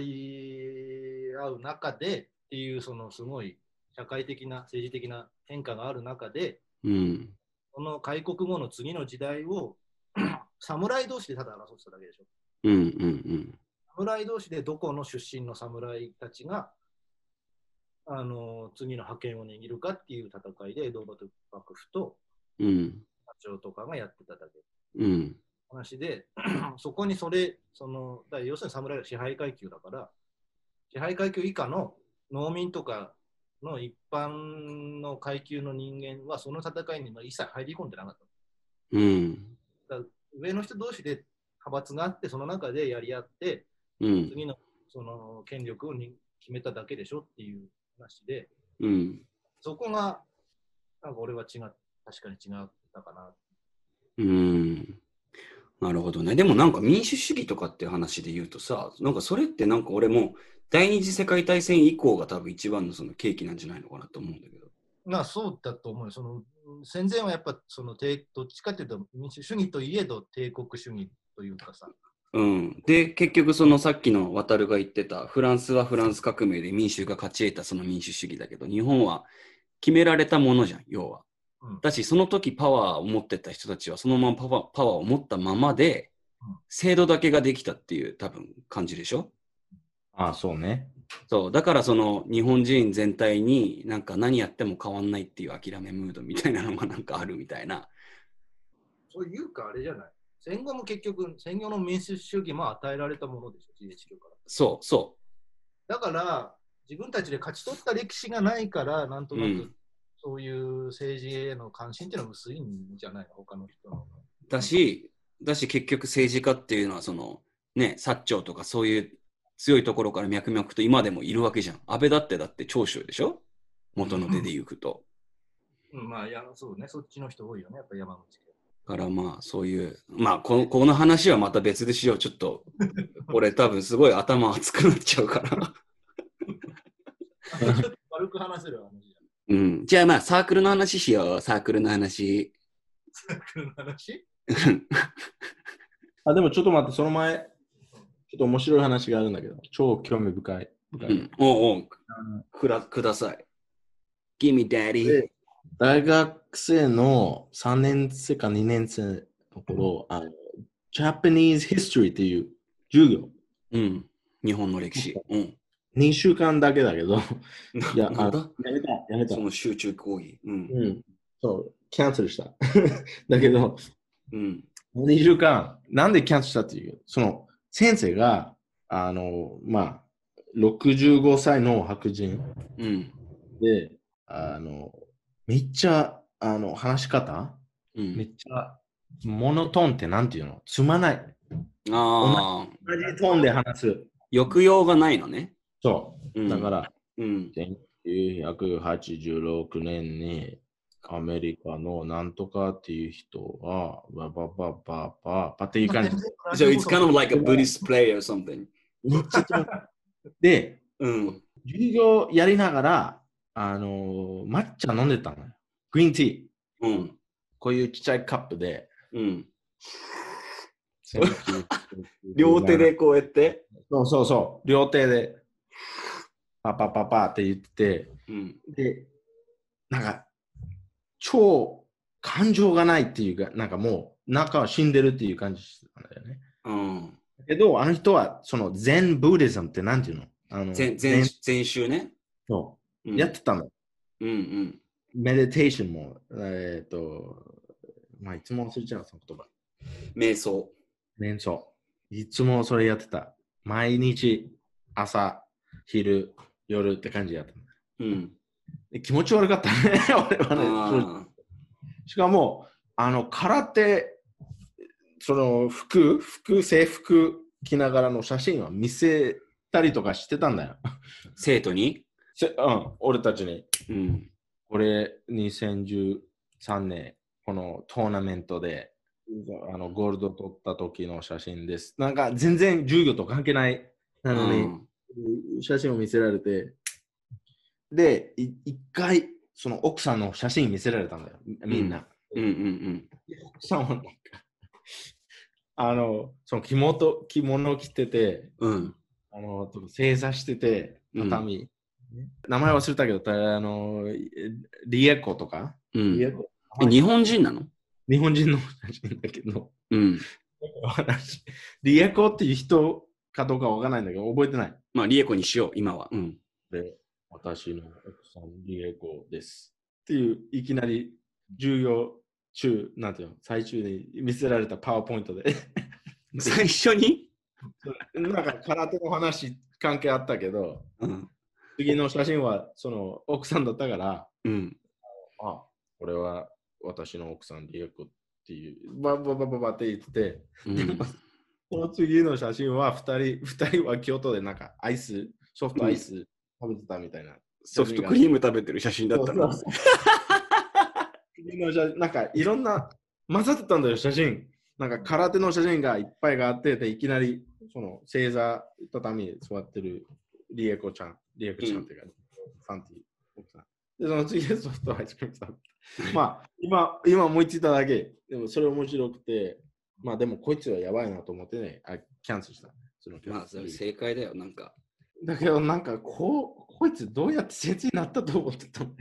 り合う中でっていうそのすごい社会的な政治的な変化がある中で
うん。
この開国後の次の時代を (clears throat) 侍同士でただ争ってただけでしょ。
うんうん
侍同士でどこの出身の侍たちがあの次の覇権を握るかっていう戦いで江戸幕府と
うん。うん。
社長とかがやってただけの
うん。
話で (clears throat) そこにそれそのだから要するに侍は支配階級だから支配階級以下の農民とかの一般の階級の人間はその戦いに一切入り込んでなかった。
うん。
上の人同士で派閥があって、その中でやり合って、
うん。
次のその権力をに決めただけでしょっていう話で、
うん。
そこが、なんか俺は違う、確かに違ったかな。
うん。なるほどね。でもなんか民主主義とかって話で言うとさ、なんかそれってなんか俺も第二次世界大戦以降が多分一番のその契機なんじゃないのかなと思うんだけど。
まあそうだと思うよ。そのうん戦前はやっぱその帝どっちかというと民主主義といえど帝国主義というかさ、
うん。で、結局そのさっきの渡るが言ってた、フランスはフランス革命で民衆が勝ち得たその民主主義だけど、日本は決められたものじゃん、要は。
うん
だし、その時パワーを持ってた人たちは、そのままパワーパワーを持ったままで
うん、
制度だけができたっていう多分感じでしょ
ああ、そうね。
そう、だからその日本人全体になんか何やっても変わんないっていう諦めムードみたいなのがなんかあるみたいな。
そういうかあれじゃない。戦後も結局、戦後の民主主義も与えられたものでしょ、GHQ から。
そうそ
だから、自分たちで勝ち取った歴史がないから、なんとな
う
く
ん
そういう政治への関心っていうのは薄いんじゃないの、他の人の。
う。だし、だし結局政治家っていうのはそのね、薩長とかそういう強いところから脈々と今でもいるわけじゃん。安倍だってだって長州でしょ元の手で言うと。
うん、まあや、そうね、そっちの人多いよね、やっぱ山口県。
だからまあそういう、まあこのこの話はまた別でしよう。ちょっと、俺多分すごい頭熱くなっちゃうから。
ちょっと軽く話せる話じ
うん。じゃあまあサークルの話しよう。サークルの話。
ゃん。話
あ、でもちょっと待って、その前、ちょっと面白い話があるんだけど、超興味深い。深い
うん、おうおうくらください。Give me daddy.
で大学生の3年生か2年生の頃、あの、Japanese History っていう授業、
うん。日本の歴史。うん。
2週間だけだけど、いや、
な
あ
んだ
やめた、やめた
そ。の集中講義。うん。
うん。そう、キャンセルした。 (laughs) だけど、
うん。
2週間、なんでキャンセルしたっていう、その、先生が、あの、まあ、65歳の白人
うん。
で、あの、めっちゃ、あの、話し方
う
めっ
ん、
ちゃ、モノトーンってなんていうのつまない。
ああ、
同じトーンで話す。
抑揚がないのね。
そうう。
ん、
だか、ら、
うん。
1986年にアメリカのなんとかっていう人は、ババババババっていう感じ。
So it's kind of like a Buddhist play or something.
めっちゃ遠いで、
うん。
授業やりながら、あのー抹茶飲んでたのよ。グリーンティー。
うん。
こういうちっちゃいカップで。
うん。両手。
(laughs)
でこうやって。
そうそうそう。両手で。パパパパって言って
うん。
て。で、なんか、超感情がないっていうか、なんかもう、中は死んでるっていう感じなんだよね。
うん。
だけど、あの人は、その、ゼン・ブーディズムってなんていうのあの
前
禅
前前週ね。
そ
うん
うやってたの。
うんうん。
メディテーションも、えっ、と、まあ、いつも忘れちゃう、その言葉。
瞑想。
瞑想。いつもそれやってた。毎日、朝、昼、夜って感じやった。
うん。
で気持ち悪かったね、 (laughs) 俺はね。
あ
しかも、あの、空手その服、服、制服着ながらの写真は見せたりとかしてたんだよ。 (laughs)
生徒に、
せうん、俺たちに。
うん、
これ、2013年、このトーナメントで、あのゴールド取った時の写真です。なんか全然授業と関係ない。なのに、
うん
写真を見せられて、で、い一回、その奥さんの写真見せられたんだよ、みんな。
うんうん
奥さんはなんか、 (laughs) あの、その着物着物着てて、
うんうん
あの、正座してて、
うん
畳。名前忘れたけど、たあの、リエコとか、
う
リエ
ん
コ
え日本人なの
日本人の写真だけど、
うん
私リエコっていう人かどうかわかんないんだけど、覚えてない。
まあリエコにしよう今はうん
で、私の奥さん、リエコです。っていう、いきなり、重要中、なんていうの、最中に見せられたパワーポイント (laughs) で。
最初に、
なんか空手の話関係あったけど、
うん
次の写真はその奥さんだったから、
うん、
あ、これは私の奥さんリエコっていう、バババババって言ってて、
うん
この次の写真は2人、二人は京都でなんかアイス、ソフトアイス食べてたみたいな。
ソフトクリーム食べてる写真だったの
そうそう次の写真なんかいろんな、混ざってたんだよ、写真。なんか空手の写真がいっぱいがあってで、いきなりその正座、畳に座ってるリエコちゃん、リエコちゃんっていうか、サンティ奥さん。で、その次でソフトアイスクリーム食べた。まあ、今、今思いついただけ。でもそれ面白くて、まあでもこいつはやばいなと思ってね、あキャンセルした。その
まあそれ正解だよなん (laughs) か
だけどなんかこう、こいつどうやって先生になったと思ってたの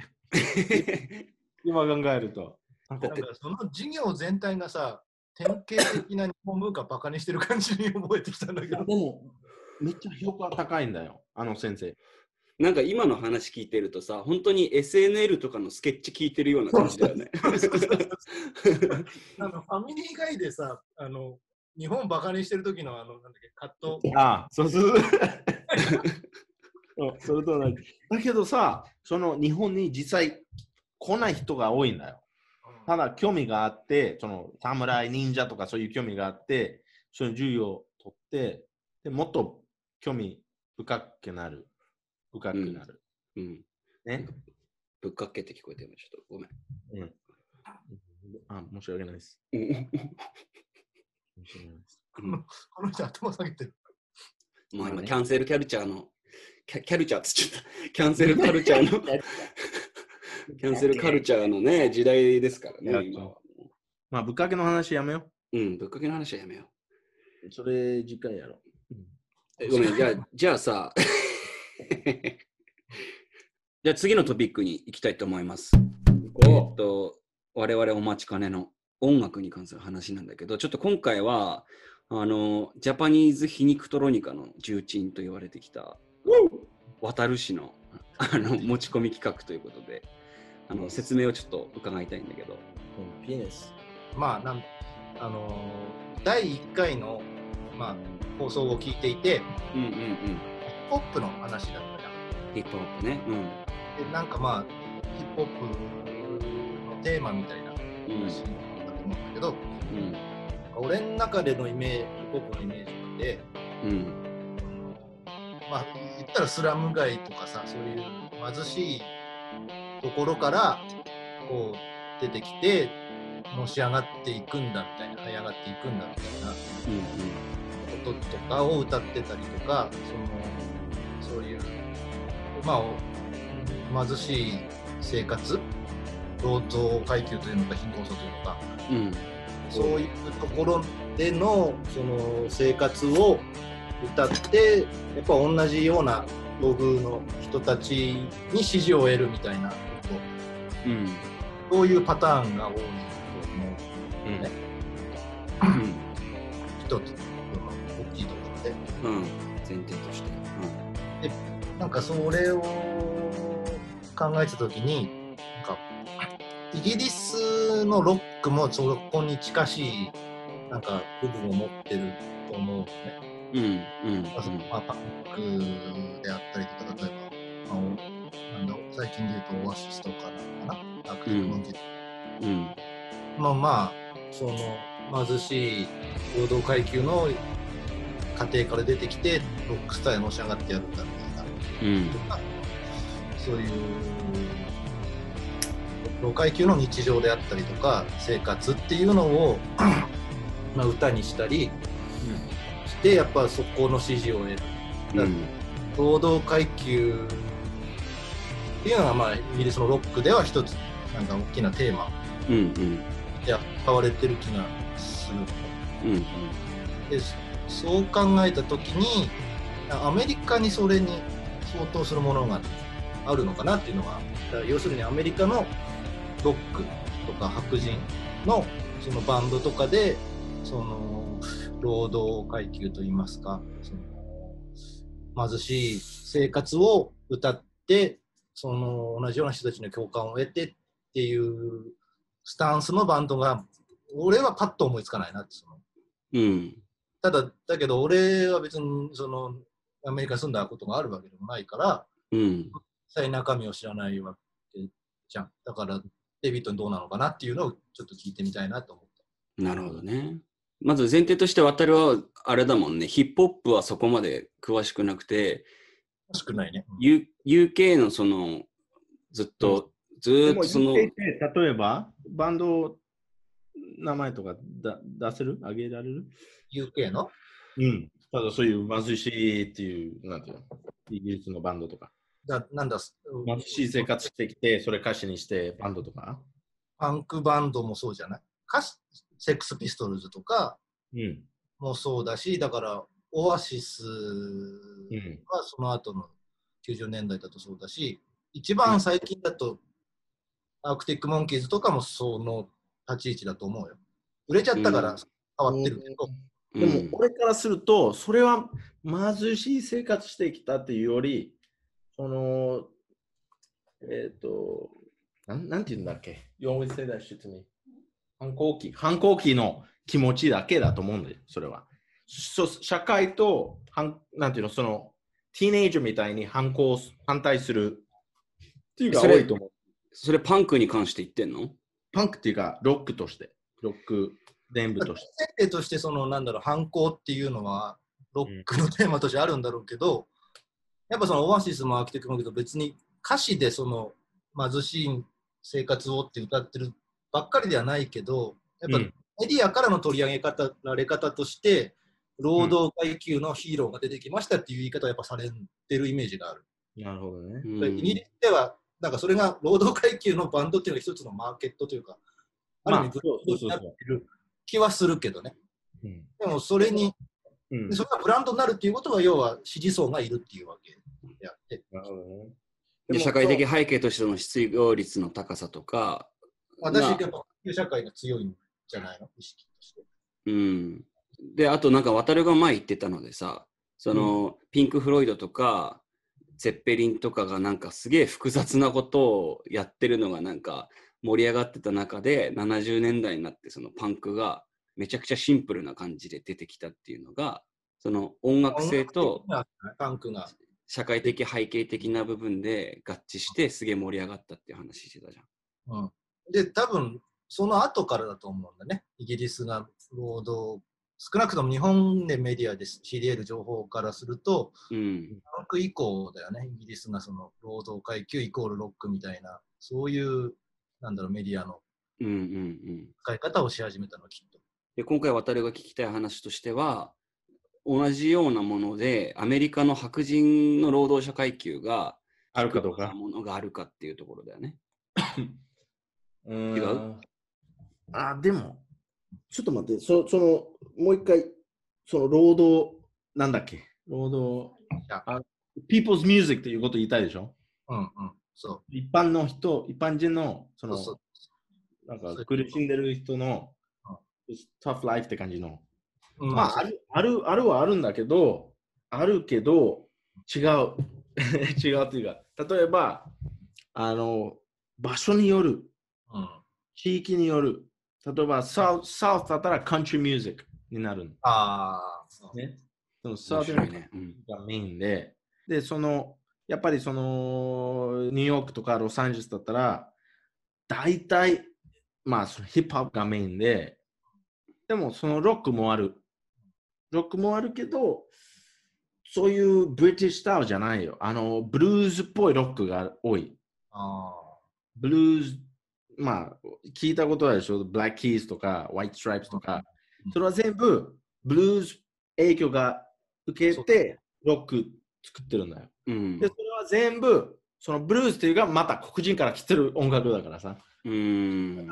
今考えると。
なんかその授業全体がさ、典型的な日本文化バカにしてる感じに覚えてきたんだけ
いや
(laughs) ど、
でも、めっちゃ評価高いんだよ、あの先生。
なんか今の話聞いてるとさ本当に SNL とかのスケッチ聞いてるような感じだよね
あのファミリー以外でさ、あの日本バカにしてる時のあのなんだっけ葛藤、
ああ、 (laughs) そうそうそう。それと同じ。だけどさ、その日本に実際来ない人が多いんだよ。ただ興味があって、その侍、忍者とかそういう興味があって、その授業を取って、でもっと興味深くなる。深くなる。
(laughs) うん
ね。
ぶっかけって聞こえてるちょっとごめん
あ、申し訳ないです。申し訳ないです
うん
この人頭下げてる。
まあ
まあ
今
ね
キャンセルキャルチャーのキャキャルチャーっつっちゃったキャンセルカルチャーのキャンセルカルチャーのね時代ですからね今は
まあ、ぶっかけの話やめよ
うんぶっかけの話はやめよう
う。それ、次回やろう。
えごめん、じゃあ、 (laughs) じゃあさ、じゃあ次のトピックに行きたいと思います。えーっと、我々お待ちかねの音楽に関する話なんだけど、ちょっと今回は、あの、ジャパニーズ皮肉トロニカの重鎮と言われてきた、渡る氏のあの持ち込み企画ということで、あの説明をちょっと伺いたいんだけど。
ピーネス。
まあなんあのー第1回の、まあ、放送を聞いていて、
うんうんうん。
ポップの話だったじゃん。
ヒップホップね。
でなんかまあヒップホップのテーマみたいな
うん。うん。
話だったと思うんだけど、
うん。
俺の中でのイメージヒップホップのイメージって
うん。
まあ言ったらスラム街とかさそういう貧しいところからこう出てきてのし上がっていくんだみたいな這い上がっていくんだみたいなこととかを歌ってたりとかそのそういうまあお貧しい生活労働階級というのか貧困層というのか
うん。うん。
そういうところでのその生活を歌ってやっぱ同じような境遇の人たちに支持を得るみたいなこ
うん。
とそういうパターンが多いと思
う
う
ん
一つの大きいところで。
うん、前提として。
なんかそれを考えた時になんかイギリスのロックもそこに近しいなんか部分を持ってると思うのね。
うん、うん、うん、
まあそのまあ、パンクであったりとか例えば、まあおなんだろう最近で言うとオアシスとかなのかなアクティブの
うん
まあまあその貧しい労働階級の家庭から出てきてロックスターへのし上がってやるんだみたいな
うん
とかそういう老階級の日常であったりとか生活っていうのを (clears throat) まあ歌にしたりしてやっぱそこの支持を得る
うん
労働階級っていうのはまあイギリスのロックでは一つなんか大きなテーマ
うんうん
で扱われてる気がする
うん
でそそう考えた時にあアメリカにそれに相当するものがあるのかなっていうのがだから要するにアメリカのロックとか白人のそのバンドとかでその労働階級といいますかその貧しい生活を歌ってその同じような人たちの共感を得てっていうスタンスのバンドが俺はパッと思いつかないなってその
うん
ただ、だけど俺は別にそのアメリカに住んだことがあるわけでもないから、
うん
実際中身を知らないわけじゃん。だから、デビットにどうなのかなっていうのをちょっと聞いてみたいなと思った。
なるほどね。まず前提として渡るはあれだもんね、ヒップホップはそこまで詳しくなくて、
少ないね。
U、UK のそのずっと、ず
で
ーっ
も
とそ
言っ
の
ていて、例えば、バンド名前とかだ出せるあげられる
UK の
うん。ただそういう貧しいっていう、なんていうの、イギリスのバンドとか。
だなんだ、
貧しい生活してきて、それ歌詞にしてバンドとか。
パンクバンドもそうじゃないかセックスピストルズとか
うん。
もそうだし、だから、オアシス
うん。
はその後の90年代だとそうだし、一番最近だと、アークティック・モンキーズとかもその立ち位置だと思うよ。売れちゃったから変わってるけど、
う
でも、
ん
俺からすると、それは貧しい生活してきたっていうより、その、えっ、となん、なんて言うんだっけ ?You always say that shit to me. 反抗期。反抗期の気持ちだけだと思うんだよ、それは。そ社会と反、なんていうの、その、ティーネイジャーみたいに反抗、反対するっていうか
それ
多いと思う。
それパンクに関して言ってんの
パンクっていうか、ロックとして。ロック、全部として。
先生としてそのなんだろう反抗っていうのはロックのテーマとしてあるんだろうけど、やっぱそのオアシスもアーキテクトもあるけど別に歌詞でその貧しい生活をって歌ってるばっかりではないけどやっぱ
うん
メディアからの取り上げ方られ方として労働階級のヒーローが出てきましたっていう言い方はやっぱされてるイメージがある。
(laughs) なるほどね。
うん
イギリスではなんかそれが労働階級のバンドっていうのが一つのマーケットというかある意
まあ
味ブ
そう
ラ
そ
ン
うそうそ
ドになっ
う
てる気はするけどね。
うん
でもそれに、
うん
それがブランドになるっていうことは、要は支持層がいるっていうわけであって、
なるほどね。
で社会的背景としての失業率の高さとか、
私、
な
やっぱ、普及社会が強いんじゃないの、意識として。
うん。で、あとなんか渡るが前言ってたのでさ、その、ピンク・フロイドとか、ゼッペリンとかがなんかすげえ複雑なことをやってるのがなんか盛り上がってた中で70年代になってそのパンクがめちゃくちゃシンプルな感じで出てきたっていうのがその音楽性と
音楽的なパンクが、
社会的背景的な部分で合致してすげえ盛り上がったっていう話してたじゃん。
うん。で、多分その後からだと思うんだね、イギリスが労働、少なくとも日本でメディアで知り得る情報からすると、
うん。
パンク以降だよね、イギリスがその労働階級イコールロックみたいな、そういう、なんだろう、メディアの
うんうんうん。
使い方をし始めたの、きっと。
で今回渡るが聞きたい話としては同じようなものでアメリカの白人の労働者階級が
あるかどうか。
ものがあるかっていうところだよね。
う
違
ー。
うん
あ、でも、ちょっと待って、そその、もう一回、その、労働、なんだっけ、労働
や、
あ People's Music っていうこと言いたいでしょ
うんうん、そ。
一般の人、一般人の、そうの、
そうそう
なん
そういう
か
こと
苦しんでる人の、tough life って感じの。
うん
まあ、ある、ある、あるはあるんだけど、あるけど、違う。 (laughs) 違うっていうか、例えば、あの、場所による。
うん、
地域による。例えば、サウサウスだったらカントリーミュージックになるの。
ああ、
ね。そのサ
面
ウス
白いね。うん
がメインで、で、その、やっぱりその、ニューヨークとかロサンゼルスだったら、大体、まあ、そのヒップホップがメインで、でもそのロックもある。ロックもあるけど、そういうブリティッシュスタイルじゃないよ。あの、ブルーズっぽいロックが多い。
あ
ブルーズ、まあ、聞いたことあるでしょ。ブラックキーズとか、ホワイトストライプスとか
うん。
それは全部、ブルーズ影響が受けて、ロック作ってるんだよ。
うん
で、それは全部、そのブルーズっていうがまた黒人から来てる音楽だからさ。
うん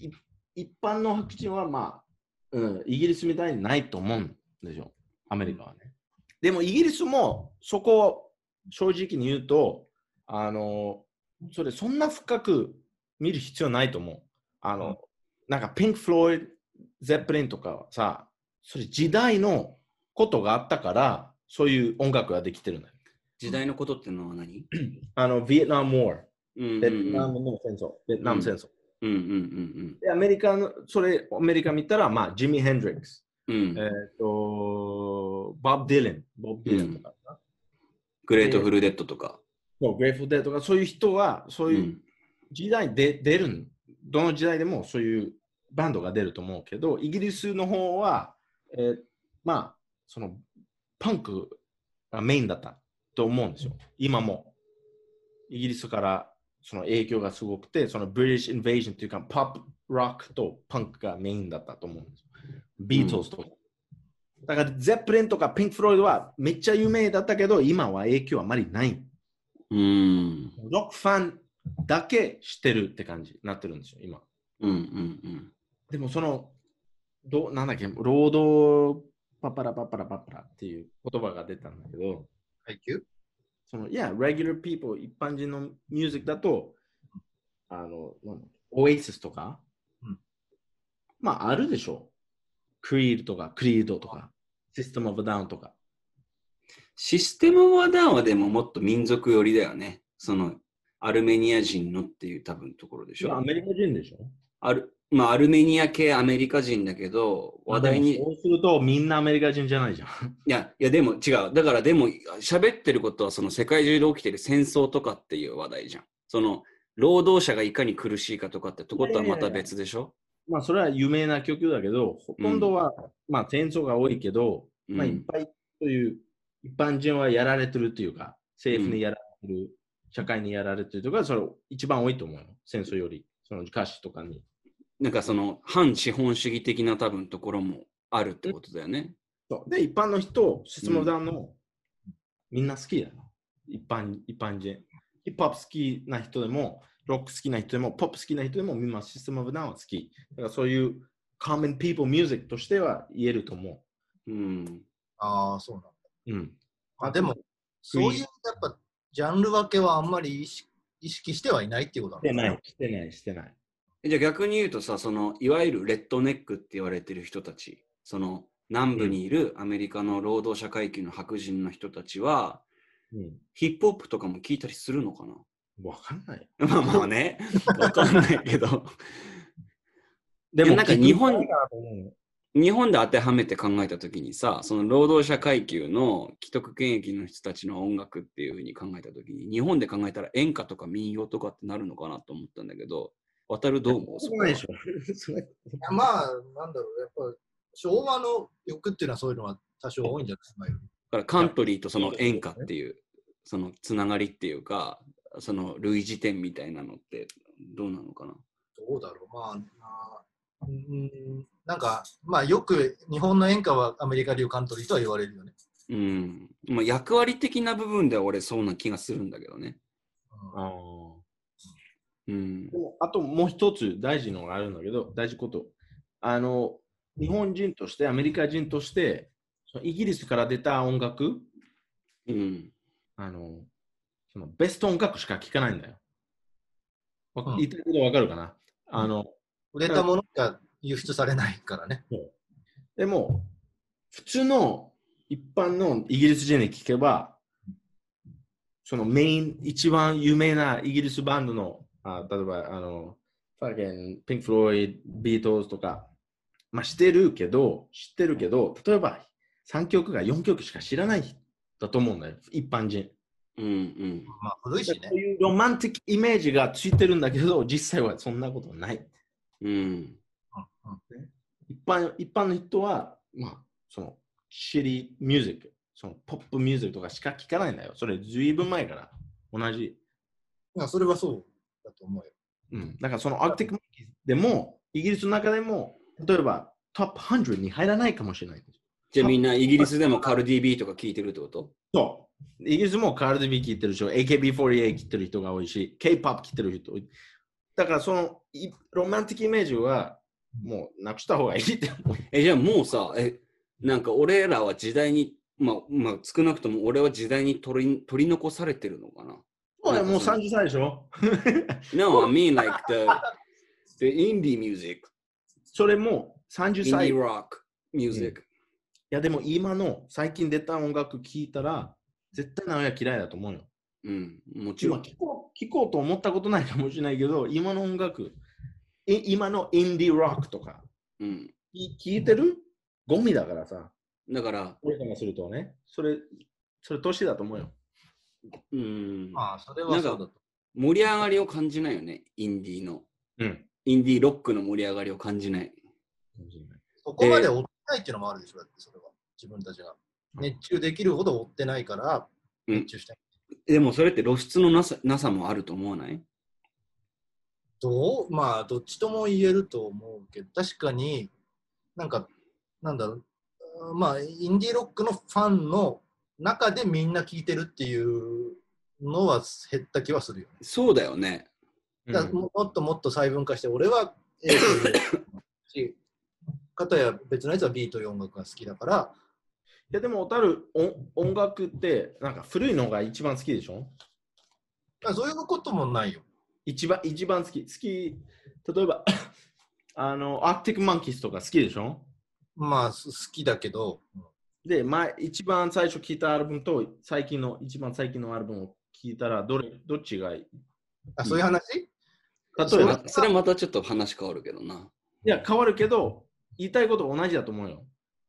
い一般の白人はまあ、うん、イギリスみたいにないと思うんでしょ、アメリカはね。でもイギリスもそこを正直に言うと、あの、それそんな深く見る必要ないと思う。あの、
うん
なんかピンク・フロイド、ゼップリンとかはさ、それ時代のことがあったから、そういう音楽ができてるのよ。
時代のことってのは何
あの、ビエトナム・ウォー、
うんうんう
ベ
ん
トナムの戦争、ベトナム戦争。
うんうん
で、アメリカの、それ、アメリカ見たら、まあ、ジミー・ヘンドリックス、
うん
え
うん
っ、と、ボブ・ディレン、ボブ・ディレンとか、
グレートフルデッドとか。
そうグレイフル・デーとか、そういう人は、そういううん時代で、出るんどの時代でもそういうバンドが出ると思うけど、イギリスの方は、えーまあ、その、パンクがメインだったと思うんですよ。今も。イギリスからその影響がすごくて、そのブリティッシュ・インベージョンというか、ポップ、ロックとパンクがメインだったと思うんですよ。ビートルズとか。だから、ゼップリンとかピンク・フロイドはめっちゃ有名だったけど、今は影響あまりない。
うん
ロックファンだけしてるって感じになってるんですよ、今。
うんうん
でもその、どうなんだっけ、労働パパラパパラパパラっていう言葉が出たんだけど、
あ、階級
その、いや、regular people、一般人のミュージックだと、あの、なんだっけオエシスとか、
うん
まあ、あるでしょう。クリードとか、クリードとか、システムオブダウンとか。
システム・オブ・ダウンはでももっと民族寄りだよね。そのアルメニア人のっていう多分ところでし
ア
ょ。
メリカ人でしょ
あるまあ、アルメニア系アメリカ人だけど、話題に
でもそうすると、みんなアメリカ人じゃないじゃん。
いや、いやでも違う。だからでも、喋ってることはその世界中で起きてる戦争とかっていう話題じゃん。その、労働者がいかに苦しいかとかってとことはまた別でしょ
まあ、それは有名な曲だけど、ほとんどは、まあ、転送が多いけど、まあ、いっぱいという、一般人はやられてるというか、政府にやられてる、社会にやられてるというか、それ一番多いと思うよ。戦争より、その歌詞とかに。
なんかその、反資本主義的な多分ところもあるってことだよね。
そうで、一般の人、質問団の、みんな好きだよ。一般一般人。ヒップホップ好きな人でも、ロック好きな人でも、ポップ好きな人でも、みんなシステムオブダウンは好き。だからそういう、コメンピーポーミュージックとしては言えると思
うん。
ああ、そうなんだ。
う。うん。
あでも、そういうやっぱジャンル分けはあんまり意識意識してはいないっていうこと
して
なんだ
ない、してない、してない。
えじゃあ逆に言うとさ、その、いわゆるレッドネックって言われてる人たち、その、南部にいるアメリカの労働者階級の白人の人たちは、
うん。
ヒップホップとかも聞いたりするのかな
わかんない。
(laughs) まあまあね、わかんないけど。
で
もなんか日本
聞くからと思うよ
日本で当てはめて考えたときにさ、その労働者階級の既得権益の人たちの音楽っていうふうに考えたときに、日本で考えたら演歌とか民謡とかってなるのかなと思ったんだけど、渡るどう思うそ
そ
うこ
な
はい
でしょ。それ
いやまあ、なんだろう、やっぱ昭和の欲っていうのはそういうのは多少多いんじゃない前より
だからカントリーとその演歌っていう、そのつながりっていうか、その類似点みたいなのってどうなのかな。
どうだろう、まあ、まあ、うーん、なんか、まあよく日本の演歌はアメリカ流カントリーとは言われるよね。
うん。まあ役割的な部分では俺そうな気がするんだけどね。
うん
うん
で。もあともう一つ大事のがあるんだけど、大事こと。あの、日本人として、アメリカ人として、そのイギリスから出た音楽、
うん。
あの、そのベスト音楽しか聴かないんだよ。わか
うん
言ったいことわかるかな、あの、
売れたものが輸出されないからね。
でも、普通の一般のイギリス人に聞けば、そのメイン、一番有名なイギリスバンドの、あ例えば、あの、ファーゲン、ピンク・フロイド、ビートルズとか、まあ、してるけど、知ってるけど、例えば3曲が4曲しか知らない人だと思うんだよ、一般人。
うんうん。
まあ古いし
こ (laughs)
ね
う。いうロマンティックイメージがついてるんだけど、実際はそんなことない。
うん。
うんうん
一般一般の人は、まあ、その、シリーミュージック、そのポップミュージックとかしか聞かないんだよ。それ、ずいぶん前から同じ。
いやそれはそうだと思うよ。
うん。だから、そのアークティック・モンキーズでも、イギリスの中でも、例えば、トップ100に入らないかもしれないんです。
じゃあみんなイギリスでもカルディ B とか聞いてるってこと
そう。イギリスもカールディビー聞いてる人、AKB48 聞いてる人が多いし、K-POP 聞いてる人多い。だからそのいロマンティックイメージはもうなくした方がいいって思う。
え、じゃあもうさ、え、なんか俺らは時代に、まあ、まあ、少なくとも俺は時代に取り取り残されてるのかな
俺もう30歳でしょ
No, I mean like the, the indie music,
それも30歳。い
indie rock music.
やでも今の最近出た音楽聞いたら絶対名古屋嫌いだと思うよ。
うん、もちろ
今
ん。
聞こう聞こうと思ったことないかもしれないけど、今の音楽、い今のインディーロックとか、
うん、
い聞いてるゴミだからさ。
だから、
俺からするとね。それ、それ年だと思うよ。
うん、
まあ、それはそうだと。
盛り上がりを感じないよね、インディーの。
うん。
インディーロックの盛り上がりを感じない。
そこまで追ってないっていうのもあるでしょ、だってそれは。自分たちが。熱中できるほど追ってないから、
うん
熱中したい。
でもそれって露出のなさなさもあると思わない
どうまあ、どっちとも言えると思うけど、確かに、なんか、なんだろう、うんまあ、インディーロックのファンの中でみんな聴いてるっていうのは減った気はするよね。
そうだよね。
だからもっともっと細分化して、俺は英語を読むし、かたや別のやつはビートいう音楽が好きだから、
いやでも、小樽お音楽って、なんか古いのが一番好きでしょ
まあそういうこともないよ。
一番一番好き。好き、例えば、 (coughs) あの、アークティック・マンキースとか好きでしょ
まあ、す好きだけど、うん
で、前、一番最初聴いたアルバムと、最近の、一番最近のアルバムを聴いたら、どれ、どっちがいい
あそういう話、
例
そ
え
れ
ば
は、それはまたちょっと話変わるけどな。
いや、変わるけど、言いたいこと同じだと思うよ。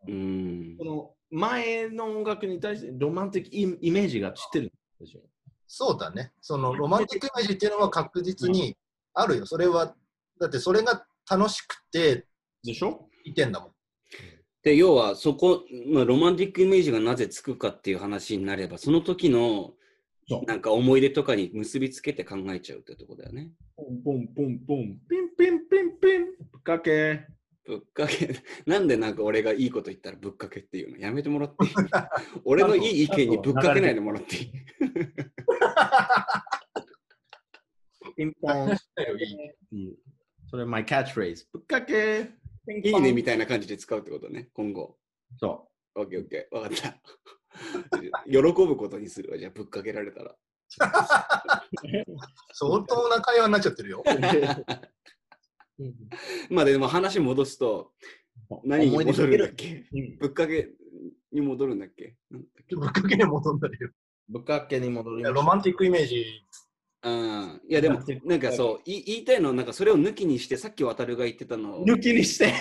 うん
こ。の、前の音楽に対して、ロマンティックイイメージがついてるでしょ
そうだね。そのロマンティックイメージっていうのは確実にあるよ。それは、だってそれが楽しくて
でしょ
いてんだもん。
で、要はそこ、まあ、ロマンティックイメージがなぜつくかっていう話になれば、その時の
そう
なんか思い出とかに結びつけて考えちゃうってとこだよね。
ポンポンポンポン、ピンピンピンピン、ぶっかけ。
ぶっかけ、 (laughs) なんでなんか俺がいいこと言ったらぶっかけっていうのやめてもら (laughs) っていい俺のいい意見にぶっかけないでもらっていい
ピンポン。
いい
それ、my catchphrase。ぶっかけ。
いいねみたいな感じで使うってことね、今後。
そ
オッケーオッケー、わかった。 (laughs) 喜ぶことにするわ、じゃあぶっかけられたら。
相当な会話になっちゃってるよ。
う。
まあでも話戻すと、何に戻るんだっけ
うん
ぶっかけに戻るんだっけなんだっけ
ぶっかけに戻んだよ。
ぶっかけに戻
い
り
や
ま
ロマンティックイメージ、
あーいやでも、なんかそう、い言いたいのは、なんかそれを抜きにして、さっき渡るが言ってたのを、
抜きにして。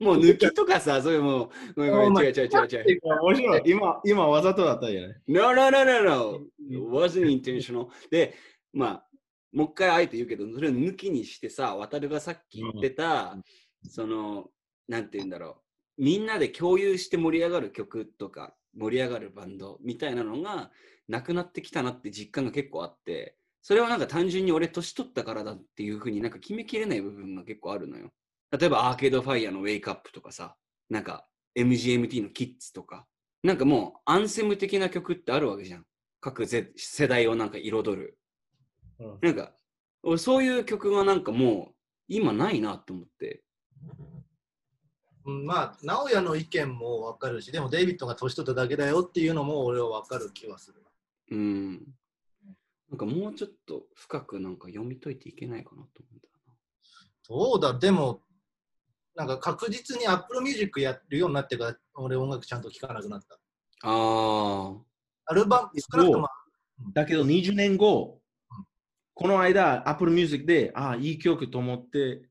もう抜きとかさ、それもう、ごめんごめん違う違う違う違う。
面白い。今、今わざとだったよね。
No, no, no, no, no. It wasn't intentional. で、まあ、もう一回あえて言うけど、それを抜きにしてさ、渡るがさっき言ってた、その、なんて言うんだろう。みんなで共有して盛り上がる曲とか、盛り上がるバンドみたいなのが、なくなってきたなって実感が結構あって、それはなんか単純に俺年取ったからだっていうふうになんか決めきれない部分が結構あるのよ。例えばアーケードファイヤーのウェイクアップとかさ、なんか MGMT のキッズとか、なんかもうアンセム的な曲ってあるわけじゃん。各ぜ世代をなんか彩る。
うん
なんか、俺そういう曲がなんかもう今ないなと思って。
うんまあ、直哉の意見もわかるし、でもデイビッドが年取っただけだよっていうのも俺はわかる気はする。
うん。なんかもうちょっと深くなんか読み解いていけないかなと思うんだよな。
そうだ、でも、なんか確実に Apple Music やるようになってから、俺音楽ちゃんと聴かなくなった。
あ
アルバム、少なくとも
だけど20年後、この間、Apple Music で、ああ、いい曲と思って、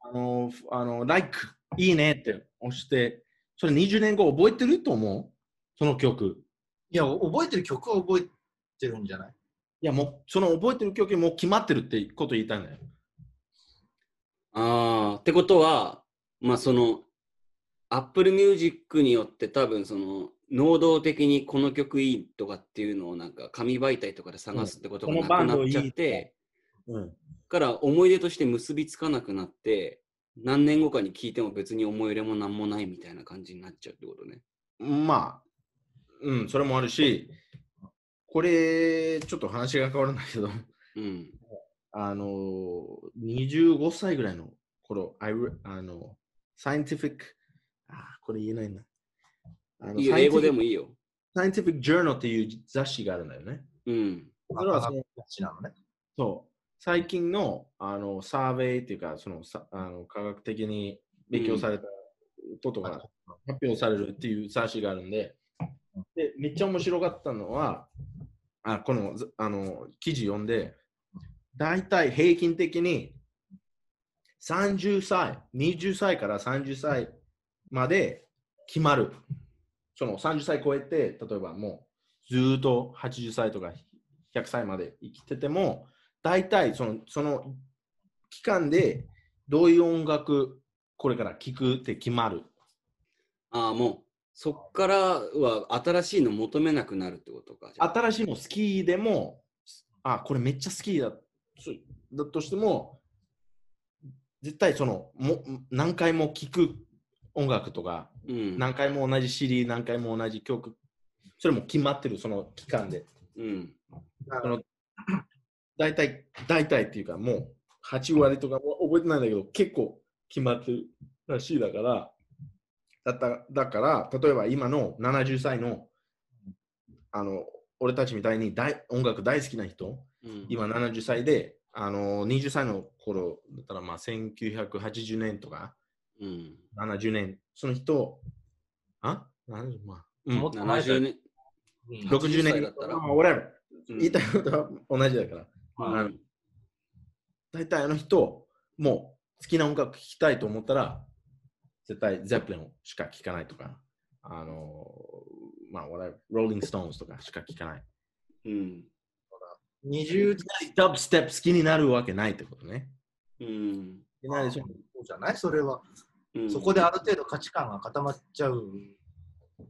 あの、ふあの、like、いいねって押して、それ20年後覚えてると思うその曲。
いや、覚えてる曲は覚えてるんじゃない
いや、もう、その覚えてる曲もう決まってるってこと言いたいんだよ。
あ。ああ。ってことは、まあその Apple Music によって多分その能動的にこの曲いいとかっていうのをなんか紙媒体とかで探すってことが
うん
な
このバ
く
ン
な
ド
っ
いい
ちゃって、
うん。
から思い出として結びつかなくなって何年後かに聞いても別に思い入れも何もないみたいな感じになっちゃうってことね。
まあ、うん、それもあるし、これ、ちょっと話が変わるんだけど、
うん。
あの、25歳ぐらいの頃、I re- あの、scientific、あー、これ言えないな。あの
いいよ英語でも
scientific-
いいよ。
Scientific Journal っていう雑誌があるんだよね。
うん。
それはその
ちなのね。
そう。最近のあのサーベイっていうか、そのさあの科学的に勉強されたことが発表されるっていう冊子があるんで、でめっちゃ面白かったのは、あこのずあの記事読んで、大体平均的に30歳、20歳から30歳まで決まる。その30歳超えて、例えばもうずーっと80歳とか100歳まで生きてても、大体そのその期間でどういう音楽これから聴くって決まる。
ああもうそっからは新しいの求めなくなるってことか。じゃあ
新しいの好きでも、あ、これめっちゃ好きだそだとしても、絶対そのも何回も聴く音楽とか、
うん。
何回も同じ CD、何回も同じ曲、それも決まってる、その期間で。
うん。
その大体、大体っていうか、もう8割とかも覚えてないんだけど、結構決まってるらしいだから、だっただから、例えば今の70歳の、あの、俺たちみたいに大音楽大好きな人、
うん、
今70歳で、あの、20歳の頃だったら、まあ、1980年とか、
うん、
70年、その人、あ ?70、まあ、うん
もっと前だ
70
よ
年。
うん
60
80歳
年
だったら
まあ、whatever
うん
言いたいことは同じだか
う
ら。
ん
あの大体あの人、もう好きな音楽聴きたいと思ったら、絶対ゼプリンしか聴かないとか、あの、まあ、whatever、ローリングストーンズとかしか聴かない。
うん。
20
ダブステップ好きになるわけないってことね。
うん。
いきなりそう
そうじゃないそれは、
うん
そこである程度価値観が固まっちゃう。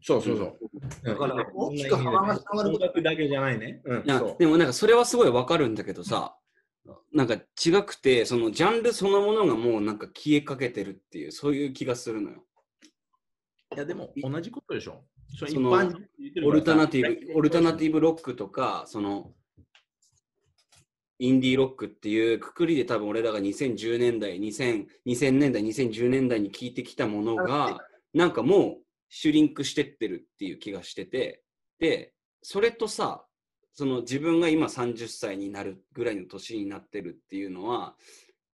そうそうそう。
だから
うん
大きく幅が広がる
音楽だけじゃないね。うん、
な
そう。
でもなんかそれはすごいわかるんだけどさ、なんか違くて、そのジャンルそのものがもうなんか消えかけてるっていう、そういう気がするのよ。
いや、でも同じことでしょ。それ
その
人って言って
オ
る
ル
か
タ
ら
ナ
さ
ティブ、オルタナティブロックとか、その、インディーロックっていうくくりで多分俺らが2010年代、2000, 2000年代、2010年代に聞いてきたものが、なんかもうシュリンクしてってるっていう気がしてて、で、それとさ、その自分が今30歳になるぐらいの年になってるっていうのは、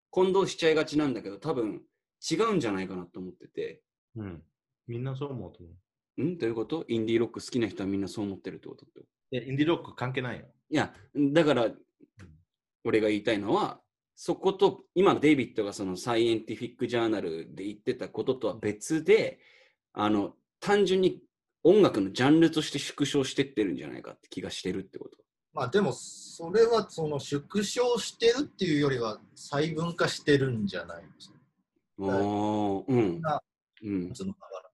混同しちゃいがちなんだけど、多分違うんじゃないかなと思ってて、
うん。みんなそう思うと思う。
んどういうことインディーロック好きな人はみんなそう思ってるってことって
いやインディロック関係ないよ。
いや、だから、俺が言いたいのは、そこと、今、デイビッドがそのサイエンティフィック・ジャーナルで言ってたこととは別で、あの、単純に音楽のジャンルとして縮小してってるんじゃないかって気がしてるってこと。
まあでも、それはその縮小してるっていうよりは細分化してるんじゃない
おー、うん
あ。
うん、
そのだから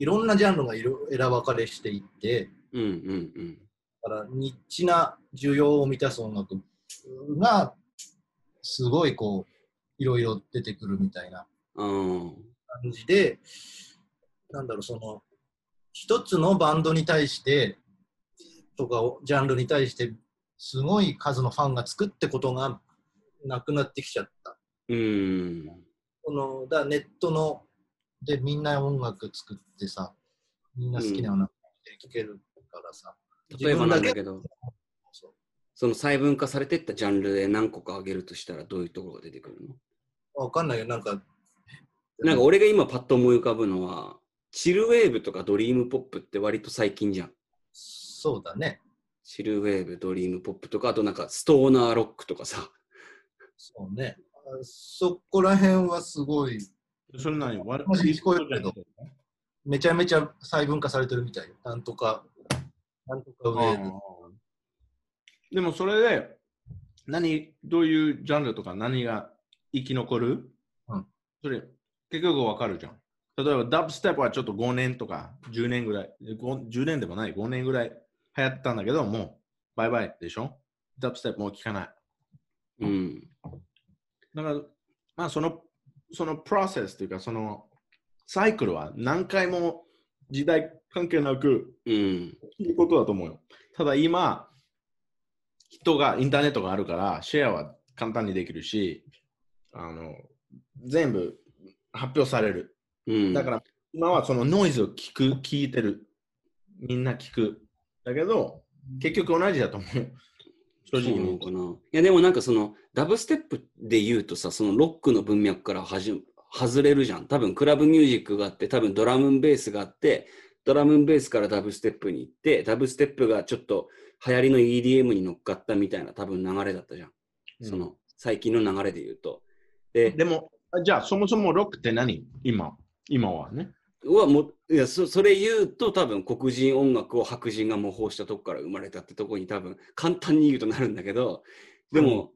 いろんなジャンルがいろ選ばかれしていって、
うん、うん、うん。
だからニッチな需要を満たす音楽がすごいこういろいろ出てくるみたいな
あー
感じで、なんだろう、その一つのバンドに対してとかをジャンルに対してすごい数のファンがつくってことがなくなってきちゃった。
うん、
このだからネットのでみんな音楽作ってさみんな好きな音楽聴けるからさ、
例えばなんだけ
自
ど、
そう
その細分化されてったジャンルで何個か挙げるとしたらどういうところが出てくるの
わかんないけどなんか
なんか俺が今パッと思い浮かぶのは、チルウェーブとかドリームポップって割と最近じゃん。
そうだね
チルウェーブ、ドリームポップとか、あとなんかストーナーロックとかさ。
そうねあそこら辺はすごい
それなに、
もし聞こえるけどめちゃめちゃ細分化されてるみたいよなんとかなんとかウェーブ
でもそれで何どういうジャンルとか何が生き残る、
うん
それ結局わかるじゃん。例えば、ダブステップはちょっと5年とか10年ぐらい、5 10年でもない、5年ぐらい流行ったんだけど、もうバイバイでしょダブステップもう聞かない。
うん。
だから、まあ、その、そのプロセスというか、そのサイクルは何回も時代関係なく
うん。
いいことだと思うよ。ただ今、人が、インターネットがあるから、シェアは簡単にできるし、あの、全部発表される。
うん。
だから、今はそのノイズを聞く、聞いてる。みんな聞く。だけど、結局同じだと思う。
そ
正直
うな
に
の。かな。いやでもなんかそのダブステップで言うとさ、そのロックの文脈からはじ外れるじゃん。多分クラブミュージックがあって、多分ドラムベースがあって、ドラムベースからダブステップに行って、ダブステップがちょっと流行りの EDM に乗っかったみたいな多分流れだったじゃん。その最近の流れで言うと。で、
でも、あじゃあ、そもそもロックって何今、今はね。
はもういやそそれ言うと多分黒人音楽を白人が模倣したとこから生まれたってとこに多分簡単に言うとなるんだけどでも、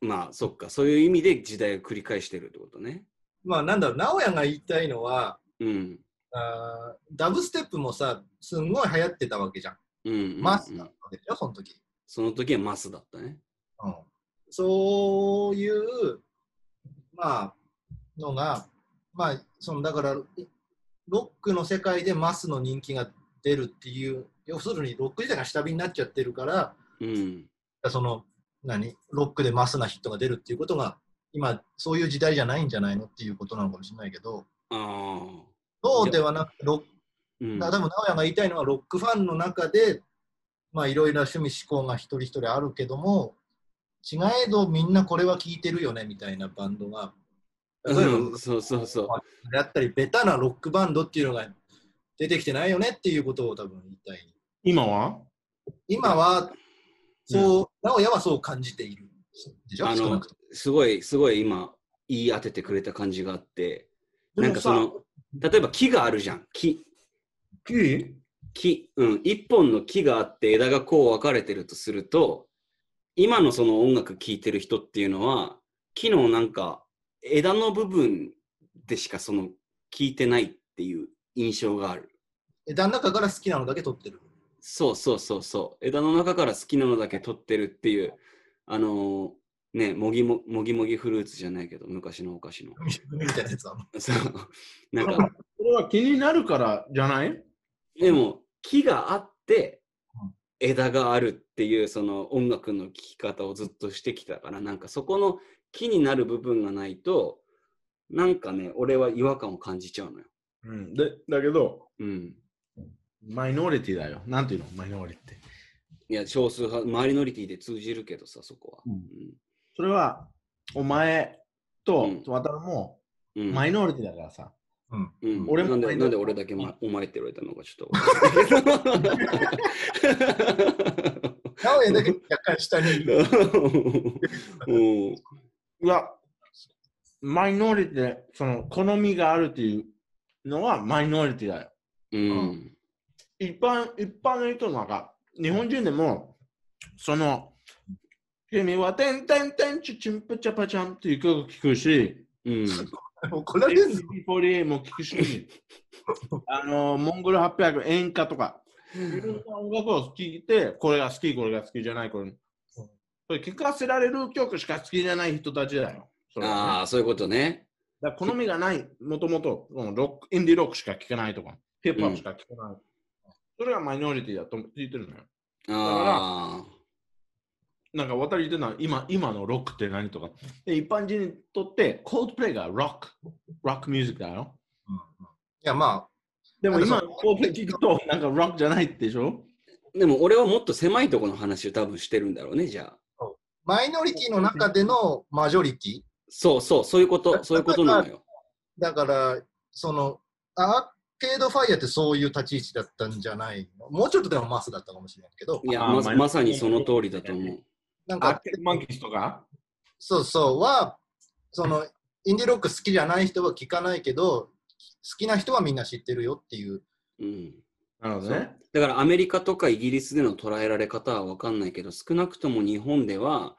まあそっかそういう意味で時代を繰り返してるってことね
まあなんだろう、直哉が言いたいのは、
うん
あーダブステップもさ、すんごい流行ってたわけじゃん。
うんうん、うん
マスだったわけでしょ、その時。
その時はマスだったね
うん、そういう、まあ、のが、まあ、そのだから、ロックの世界でマスの人気が出るっていう、要するにロック自体が下火になっちゃってるから、
うん
その、何、ロックでマスなヒットが出るっていうことが、今、そういう時代じゃないんじゃないのっていうことなのかもしれないけど、
ああ
そうではなくて、ロック
うん
だから多分直哉が言いたいのはロックファンの中でまあいろいろな趣味思考が一人一人あるけども違えどみんなこれは聴いてるよねみたいなバンドが例えば、
うんそうそうそう
やったりベタなロックバンドっていうのが出てきてないよねっていうことを多分言いたい
今は
今はそう、直哉はそう感じているでしょ
あ
少な
の
くとも
すごいすごい今言い当ててくれた感じがあって
でもさ
なんかその例えば木があるじゃん木
木
木、うん、一本の木があって枝がこう分かれてるとすると、今のその音楽聴いてる人っていうのは、木のなんか枝の部分でしかその聴いてないっていう印象がある。
枝の中から好きなのだけ撮ってる
そうそうそうそう。枝の中から好きなのだけ取ってるっていう、あのーね、もぎももぎもぎフルーツじゃないけど、昔のお菓子の。 (laughs)
みたいなやつは
そう。なんか、
それは気になるからじゃない
でも木があって
うん
枝があるっていうその音楽の聴き方をずっとしてきたからなんかそこの木になる部分がないとなんかね俺は違和感を感じちゃうのよ。
うん。で、だけど、
うん、
マイノリティだよ。なんていうのマイノリティ。
いや少数派マイノリティで通じるけどさそこは。
それは、お前と
うん
渡るも
うんうん
マイノリティだからさ。
うん、
俺
な
も
ん
マ
で
イノ
な
リティ
んで俺だけ、ま、お前って言われたのかちょっとわかんないけど。
直哉だけ若干下にいる
(laughs) うん
いや、マイノリティで、その、好みがあるっていうのはマイノリティだよ。
うん
一般一般の人なんか日本人でもその君は「てんてんてんちゅちんぷちゃぱちゃん」っていう曲聞くし
(laughs)
うん
怒られるんですよ
48も聞くしあのモンゴル800演歌とかいろんな音楽を聴いてこれが好きこれが好きじゃないこれそれ聞かせられる曲しか好きじゃない人たちだよそれはね
ああそういうことね。
だから好みがない、もともとロック、インディーロックしか聴けないとか、ヒップホップしか聴けない。それがマイノリティだと聞いてるのよ。
ああ。
なんか渡り言ってるのは今今のロックって何とか。で一般人にとってコードプレイがロック、ロックミュージックだよ。
うんうんいやま
でも
あ
今
のそう
コードプレイ聞くとなんかロックじゃないでしょ
でも俺はもっと狭いところの話を多分してるんだろうね、じゃあ。
あマイノリティの中でのマジョリティ
そうそう、そういうこと、そういうことなのよ。
だから、その、アーケードファイヤーってそういう立ち位置だったんじゃないのもうちょっとでもマスだったかもしれないけど、
いや、
あー
ま
まあ
まさにその通りだと思う。
なん
ア
か
ー、ケードマンキーズとか
そうそうは、その、インディロック好きじゃない人は聞かないけど、好きな人はみんな知ってるよっていう。
うん、
なるほどね。
だからアメリカとかイギリスでの捉えられ方は分かんないけど、少なくとも日本では、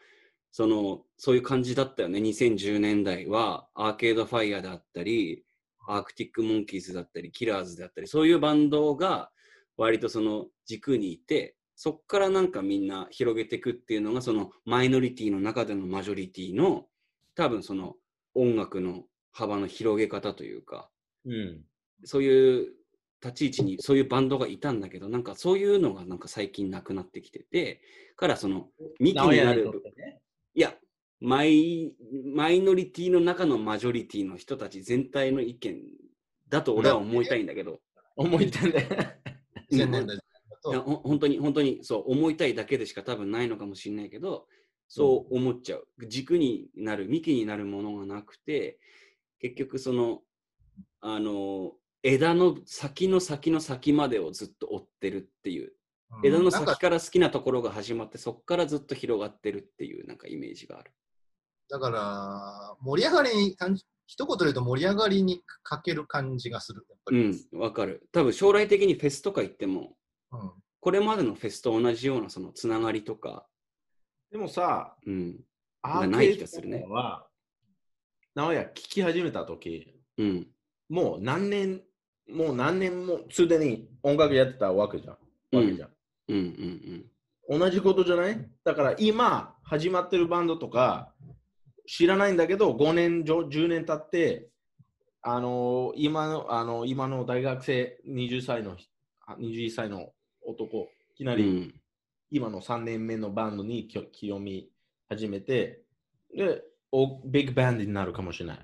その、そういう感じだったよね。2010年代は、アーケードファイヤーだったり、アークティックモンキーズだったり、キラーズだったり、そういうバンドが、割とその軸にいて、そっからなんかみんな広げていくっていうのが、そのマイノリティの中でのマジョリティの、多分その音楽の幅の広げ方というか、
うん。
そういう立ち位置にそういうバンドがいたんだけど、なんかそういうのがなんか最近なくなってきてて、からその幹
直
に
哉
な
に
る
と
部
ってね。
いや、マイ、マイノリティの中のマジョリティの人たち全体の意見だと俺は思いたいんだけど、
思いたんだ。
2000年代だ
いや
と、
ほん本当に本当にそう思いたいだけでしか多分ないのかもしれないけど、そう思っちゃう。軸になる、幹になるものがなくて、結局その、あの、枝の先の先の先までをずっと追ってるっていう、
うん
枝の
なんか
先から好きなところが始まって、そこからずっと広がってるっていうなんかイメージがある。
だから、盛り上がりに感じ、一言で言うと盛り上がりに欠ける感じがする。やっぱ
う
り。
ん、わかる。多分将来的にフェスとか行っても、
うん
これまでのフェスと同じようなそのつながりとか、
(laughs) でもさ、
うん、
アー
な
ケ
い
ー
気
ド
が
フ
す
ァ
る
イ
ね
ヤーは、直哉聞き始めた時、
うん、
もう何年、もう何年も、すでに音楽やってたわけじゃん。わけじゃん。
うん、うん、うん。
同じことじゃないだから今始まってるバンドとか知らないんだけど5年じょ10年経ってあのー今のあの今の大学生20歳のあ21歳の男いきなり
うん
今の3年目のバンドにきょ興味始めてでおビッグバンドになるかもしれない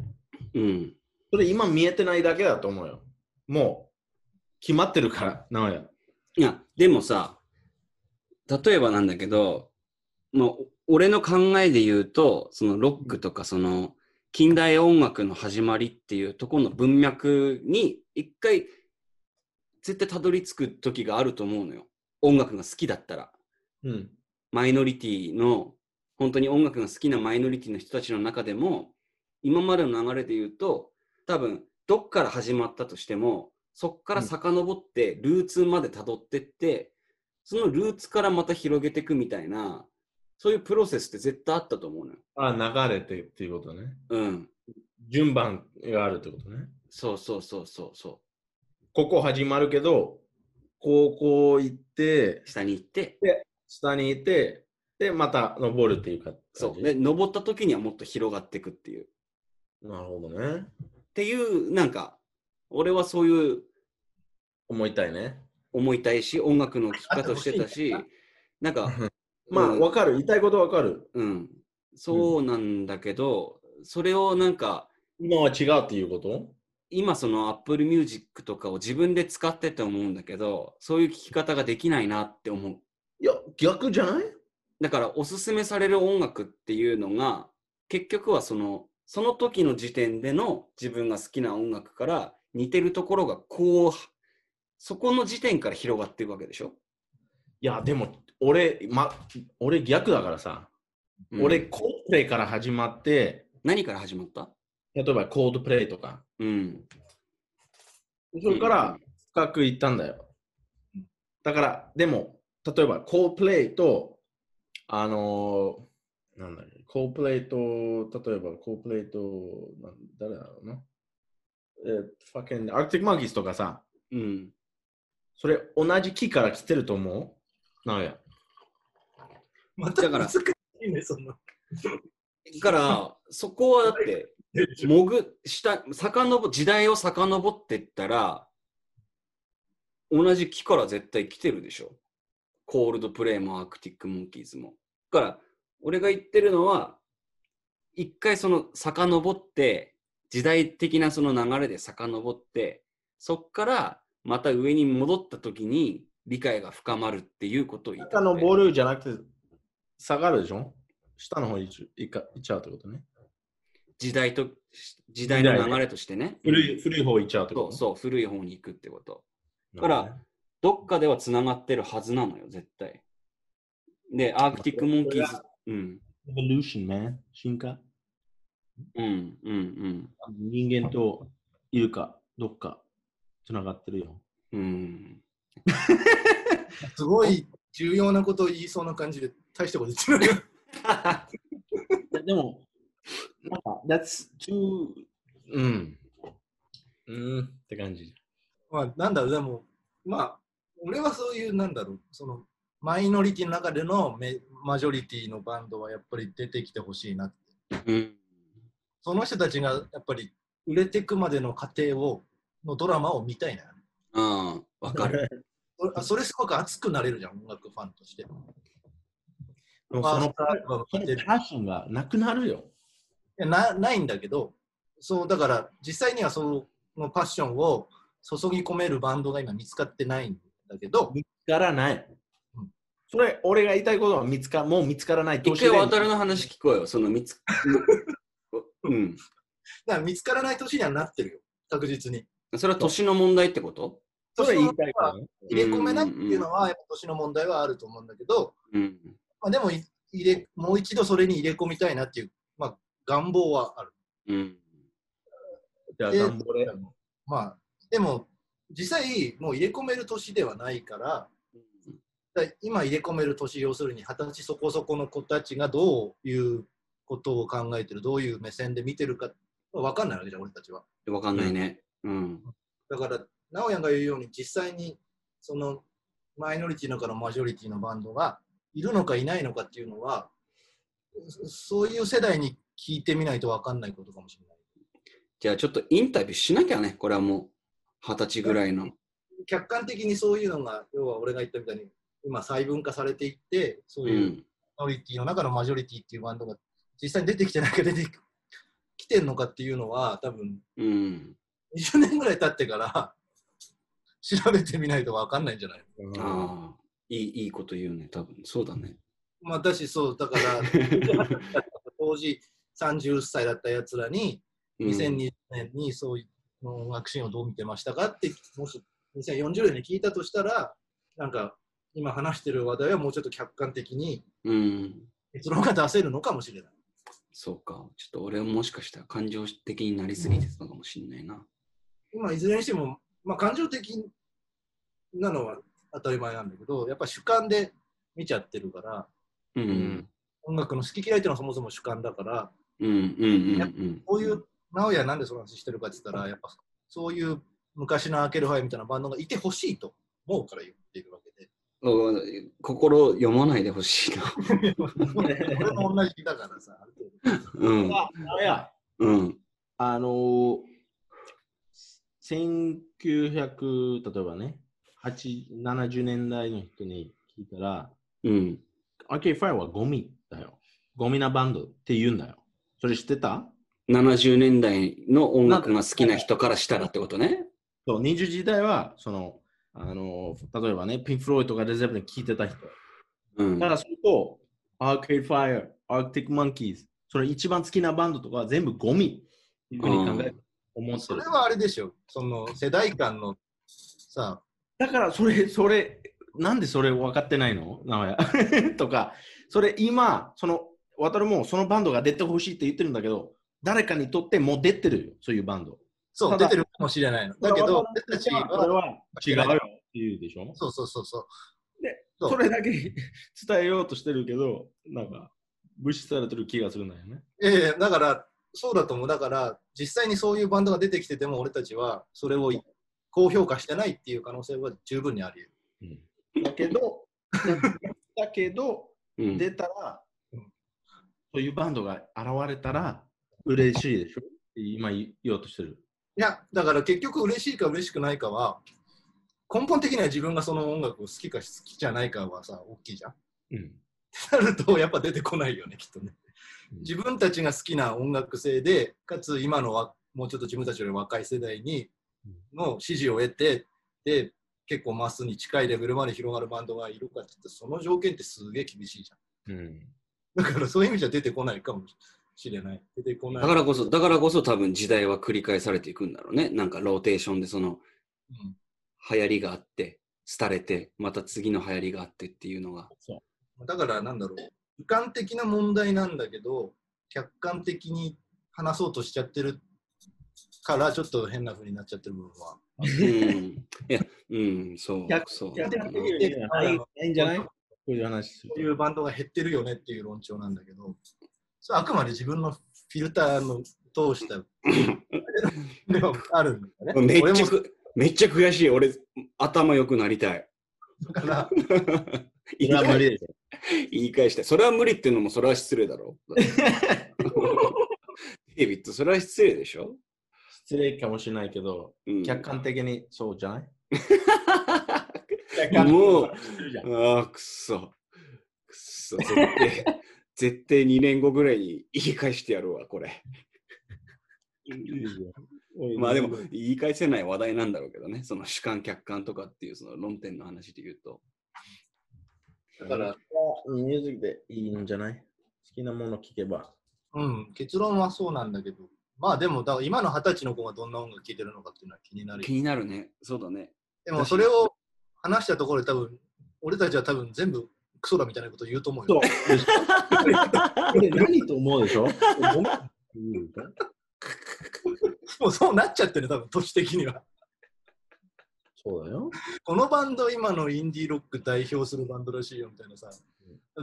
うん、
それ今見えてないだけだと思うよもう決まってるからなおや
いやでもさ例えばなんだけど、まあ、お俺の考えで言うとそのロックとかその近代音楽の始まりっていうところの文脈に一回絶対たどり着く時があると思うのよ音楽が好きだったら
うん
マイノリティの本当に音楽が好きなマイノリティの人たちの中でも今までの流れで言うと多分どっから始まったとしてもそっから遡ってルーツまで辿ってって、そのルーツからまた広げていくみたいなそういうプロセスって絶対あったと思うのよ。
あ流れてっていうことね
うん。
順番があるってことね
そうそうそうそうそ
ここ始まるけど、高校行って
う。、下に行って、
下にいて、で、また登るっていうか。
そう。で、登った時にはもっと広がっていくっていう。
なるほど
っ
ね。
ていう、なんか、俺はそういう
思いたいね。
思いたいし、音楽の聴き方をしてたし、なんか、
まあ、
うん
わかる。言いたいことわかる。
うん、そうなんだけど、それをなんか
今は違うっていうこと
今その Apple Music とかを自分で使ってて思うんだけどそういう聞き方ができないなって思う
いや、逆じゃない
だからおすすめされる音楽っていうのが結局はそのその時の時点での自分が好きな音楽から似てるところがこうそこの時点から広がっていくわけでしょ、
いや、でも、俺、ま、俺逆だからさ。
うん
俺、コードプレイから始まって、
何から始まった
例えばコードプレイとか。
うん
それから深く行ったんだよ。だから、でも、例えば、コープレイと、あのーなんだろう、コープレイと、例えば、コープレイと、なん誰だろうな。えー、ファケン、アークティックマーキースとかさ、
うん
それ同じ木から来てると思うなんや。
また
だから
難しいね、そんな。
だからそこはだって潜した遡時代を遡ってったら同じ木から絶対来てるでしょコールドプレイもアークティックモンキーズもだから俺が言ってるのは一回その遡って時代的なその流れで遡ってそっからまた上に戻った時に理解が深まるっていうことを言い
下
た
の
くて
ボールじゃなくて、下がるでしょ下の方に行っ行か行っちゃうってことね。
時代と時代の流れとしてね
い、古い方行っちゃうって
そう
う
そう古い方に行くってこと
そ
だから、どっかではつながってるはずなのよ、絶対。で、アークティックモンキーズ。うん。
エボリューション、ね。進化。
うん、うん、
人間といるか、どっか、つながってるよ。
うん。うん。
すごい重要なことを言いそうな感じで、大したこと言ってない。
でも、なんか、that's too... うん。うんって感じ。
(laughs) まあ、なんだろう、でも、まあ、俺はそういう、なんだろう、その、マイノリティの中でのメマジョリティのバンドはやっぱり出てきてほしいなって。
うん。
その人たちがやっぱり売れてくまでの過程を、のドラマを見たいな。
ああ、わかる。
それあそれすごく熱くなれるじゃん、音楽ファンとして。
でも
まあ
その、
アルバム
そ
買って
の
る
パッションがなくなるよ。
いやなないんだけど、そうだから実際にはそのパッションを注ぎ込めるバンドが今見つかってないんだけど、
見つからない
うん。
それ、俺が言いたいことは見つか、もう見つからない。
一回渡るの話聞こうよ、その3つ。 (laughs) うん。
だから見つからない年にはなってるよ、確実に。
それは年の問題ってこと
それ言いたいことね。
入れ込めないっていうのは、やっぱ年の問題はあると思うんだけど、
うん。
まあ、でもい入れ、もう一度それに入れ込みたいなっていう、まあ、願望はある。
うん。
じゃあ、
で
頑張れ。
まあ、でも、実際、もう入れ込める年ではないから、だから今入れ込める年、要するに二十歳そこそこの子たちがどういうことを考えてる、どういう目線で見てるか分かんないわけじゃん、俺たちは。
わかんないね。うん。
だから、なおやんが言うように、実際にそのマイノリティの中のマジョリティのバンドがいるのかいないのかっていうのは、そそういう世代に聞いてみないと分かんないことかもしれない。
じゃあちょっとインタビューしなきゃね、これはもう。二十歳ぐらいの。
客観的にそういうのが、要は俺が言ったみたいに、今細分化されていって、そう
う。
いうんマジョリティの中のマジョリティっていうバンドが実際に出てきてないか出てきてんのかっていうのは多分
うん。
20年ぐらい経ってから (laughs) 調べてみないと分かんないんじゃない
ああ、いい、いいこと言うね、多分。そうだね。
まあ、だしそうだから (laughs) 当時30歳だったやつらに
うん
2020年にそういう音楽シーンをどう見てましたかってもし2040年に聞いたとしたらなんか今話してる話題はもうちょっと客観的に
うん。
結論が出せるのかもしれない。
そうか。ちょっと俺もしかしたら感情的になりすぎてたのかもしんないな。
まあ、いずれにしても、まあ、感情的なのは当たり前なんだけど、やっぱ主観で見ちゃってるから、
うん。うん
ん、
音楽の好き嫌いっていうのはそもそも主観だから、
うん、うん、うん。
こういう、直哉なんでその話してるかって言ったら、やっぱそういう昔のアーケルファイみたいなバンドがいてほしいと思うから言ってるわけで。
お心を読まないでほしいな。
(laughs) 俺も同じだからさ、ある程度
うん。
ああいや、
うん。
あのー、1900、例えばね、8 70年代の人に聞いたら、
うん。
アーケーファイはゴミだよ。ゴミなバンドって言うんだよ。それ知ってた
70年代の音楽が好きな人からしたらってことね。
そう、20時代は、その、あのー、例えばね、ピンフロイドとかレゼブン聞いてた人。
うん
た。だそれと、アーケードファイア、アークティック・マンキーズ、それ一番好きなバンドとかは全部ゴミっていうふうに考え、思って
そ
る
れ。はあれでしょ、その世代間のさ、
だからそれ、それ、なんでそれ分かってないの名前 (laughs) とか、それ今、その、渡るもそのバンドが出てほしいって言ってるんだけど、誰かにとってもう出てるよ、そういうバンド。
そ
た
う、出
だ
てるかもしれないの。だけど、俺たち
それ
は、
は違うよって言うでしょ
そうそうそうそう。そう
それだけ (laughs) 伝えようとしてるけど、なんか、無視されてる気がするんだよね。
ええだから、そうだと思う。だから、実際にそういうバンドが出てきてても、俺たちはそれを高評価してないっていう可能性は十分にあり得る。
だけど、 (laughs) だけど、
うん
出たら、
うん
そういうバンドが現れたら、嬉しいでしょって今言おうとしてる。
いや、だから結局、嬉しいか嬉しくないかは、根本的には自分がその音楽を好きか好きじゃないかはさ、大きいじゃん。っ
うん
てなると、やっぱ出てこないよね、きっとね。自分たちが好きな音楽性で、かつ今のわもうちょっと自分たちより若い世代にの支持を得て、で、結構マスに近いレベルまで広がるバンドがいるかって言ったら、その条件ってすげえ厳しいじゃん。
うん
だからそういう意味じゃ出てこないかもしれない。出てこない。
だからこそ、だからこそ多分時代は繰り返されていくんだろうね。なんかローテーションでその
うん
流行りがあって、廃れて、また次の流行りがあってっていうのが。
だからなんだろう。主観的な問題なんだけど、客観的に話そうとしちゃってるから、ちょっと変な風になっちゃってる部分は。
うん。いや、うん、そう。
逆
そう。
逆転できるよね
はい
ないんじゃないこういう話す
こうい
る
うバンドが減ってるよねっていう論調なんだけど、それあくまで自分のフィルターの通 (laughs) したでもあるんだよね。
めっ
俺
ちゃ
も
く、めっちゃ悔しい。俺、頭良くなりたい。 (laughs)
だから、
言い
れは無
返
理ですよ。
言い返したい。それは無理っていうのも、それは失礼だ
(laughs)
ろ。デイビッド、それは失礼でしょ、
失礼かもしれないけど、
うん、
客観的にそうじゃない
もう、
(laughs) 知ってるじゃん
ああ、くっそ。くっそ、絶対、 (laughs) 絶対2年後ぐらいに言い返してやるわ、これ。まあでも、言い返せない話題なんだろうけどね、その主観、客観とかっていうその論点の話で言うと。
だから、
ミュージックでいいんじゃない好きなもの聴けば。
うん、結論はそうなんだけど、まあでも、だから今の二十歳の子がどんな音楽聴いてるのかっていうのは気になるよ
気。になるね、そうだね。
でも、それを話したところで多分、俺たちは多分全部クソだみたいなこと言うと思う
そう
よ。。
(laughs) これ何と思う (laughs) でしょごめんうん
もうそうなっちゃってる、多分、年的には。
そうだよ。
このバンド、今のインディーロック代表するバンドらしいよみたいなさ。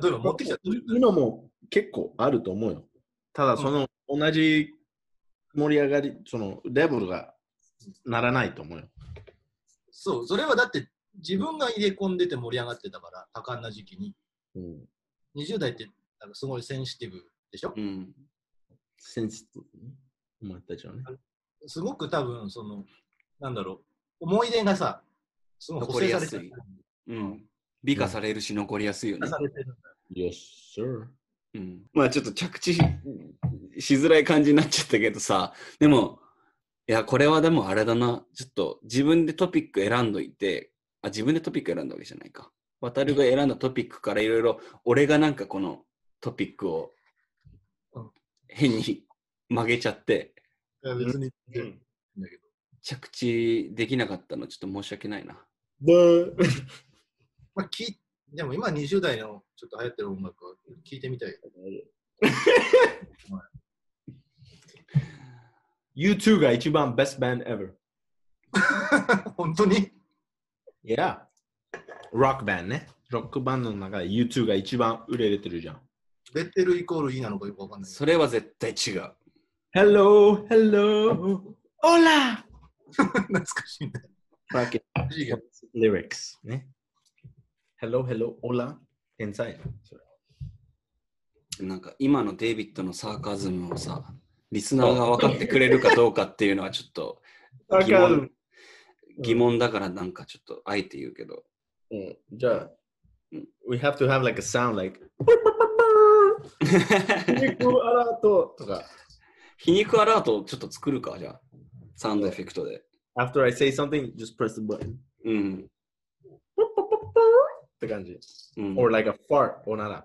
例えば持ってきた。
いうのも結構あると思うよ。ただ、その、同じ盛り上がり、その、レベルがならないと思うよ。
そう、それはだって自分が入れ込んでて盛り上がってたから、多感な時期に。
うん、
20代ってなんかすごいセンシティブでしょ
うん。
センシティブね。お前たちはね。
すごく多分、その、なんだろう、思い出がさ、すごい補正されて
残り
る
や。うん。美化されるし、残りやすいよね。
されてる
Yes, sir.
うん、まあちょっと着地ししづらい感じになっちゃったけどさでもいやこれはでもあれだなちょっと自分でトピック選んどいてあ自分でトピック選んだわけじゃないか渡るが選んだトピックからいろいろ俺がなんかこのトピックを
うん
変に曲げちゃって
いや別に、だけど。
着地できなかったのちょっと申し訳ないな
まあ、聞いでも今20代のちょっと流行ってる音楽は聞いてみたい。
U2 が一番 best band ever.
本当に
いや、ロックバンドね。ロックバンドの中で U2 が一番売れれてるじゃん。
ベッテルイコールいいなのかよくわかんない。
それは絶対違う
Hello, hello, hola!
懐かしいね。
Fucking
いいけど
lyrics ね。Hello, hello, hola, inside.
なんか今のデイビッドのサーカズムをさリスナーが分かってくれるかどうかっていうのはちょっと疑問疑問だからなんかちょっとあえて言うけ (laughs) ど、
うんじゃあ
うん、
We have to have like a sound (laughs) like アラートとか。
皮肉アラートをちょっと作るかじゃあサウンドエフェクトで
After I say something, just press the button.
うん、
って感じ。
うん、
Or like a fart おなら。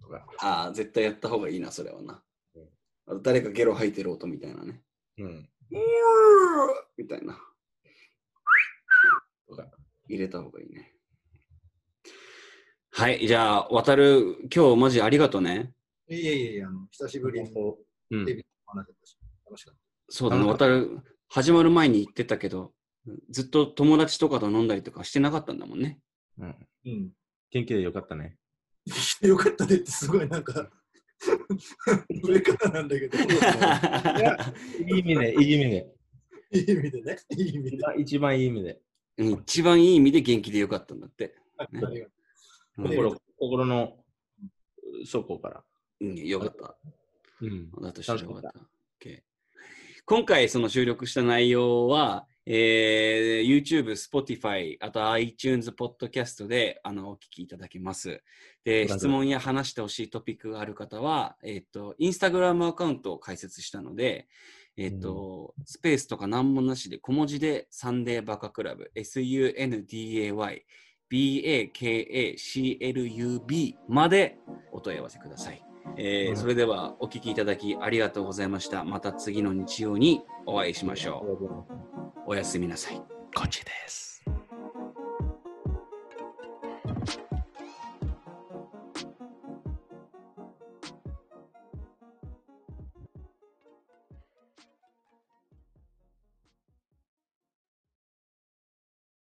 とか。
ああ絶対やった方がいいなそれはなあと誰かゲロ吐いてる音みたいなね
うん。
みたいな
とか。
入れた方がいいねはいじゃあ渡る今日マジありがとうね
いやいやいや、あの久しぶりに
うん
デビッドの話だったし、楽しかっ
そうだね
あの
渡る始まる前に言ってたけどずっと友達とかと飲んだりとかしてなかったんだも
(laughs)
んね
た。うん。
元気でよかったね。
(laughs) よかったねってすごいなんか (laughs) 上からなんだけどい
いい意味で、いい意味で。
い意味でねいい意味で
一番いい意味で。
うん一番いい意味で元気でよかったんだって。
ありがと
う
心
ん
心心の底から。
うん、よかった。
うん。
だとしたらよかった。OK 今回その収録した内容は、えー YouTube、Spotify、あと iTunes、Podcast であのお聞きいただけます。で、
なるほど
質問や話してほしいトピックがある方は、えっ、と、Instagram アカウントを開設したので、えっ、と、スペースとか何もなしで小文字でサンデーバカクラブ、SUNDAY、BAKACLUB までお問い合わせください。えー
うん
それではお聞きいただきありがとうございました。また次の日曜にお会いしまし
あ
ょ
りがとうございま
う。
す
おやすみなさい。こっちです。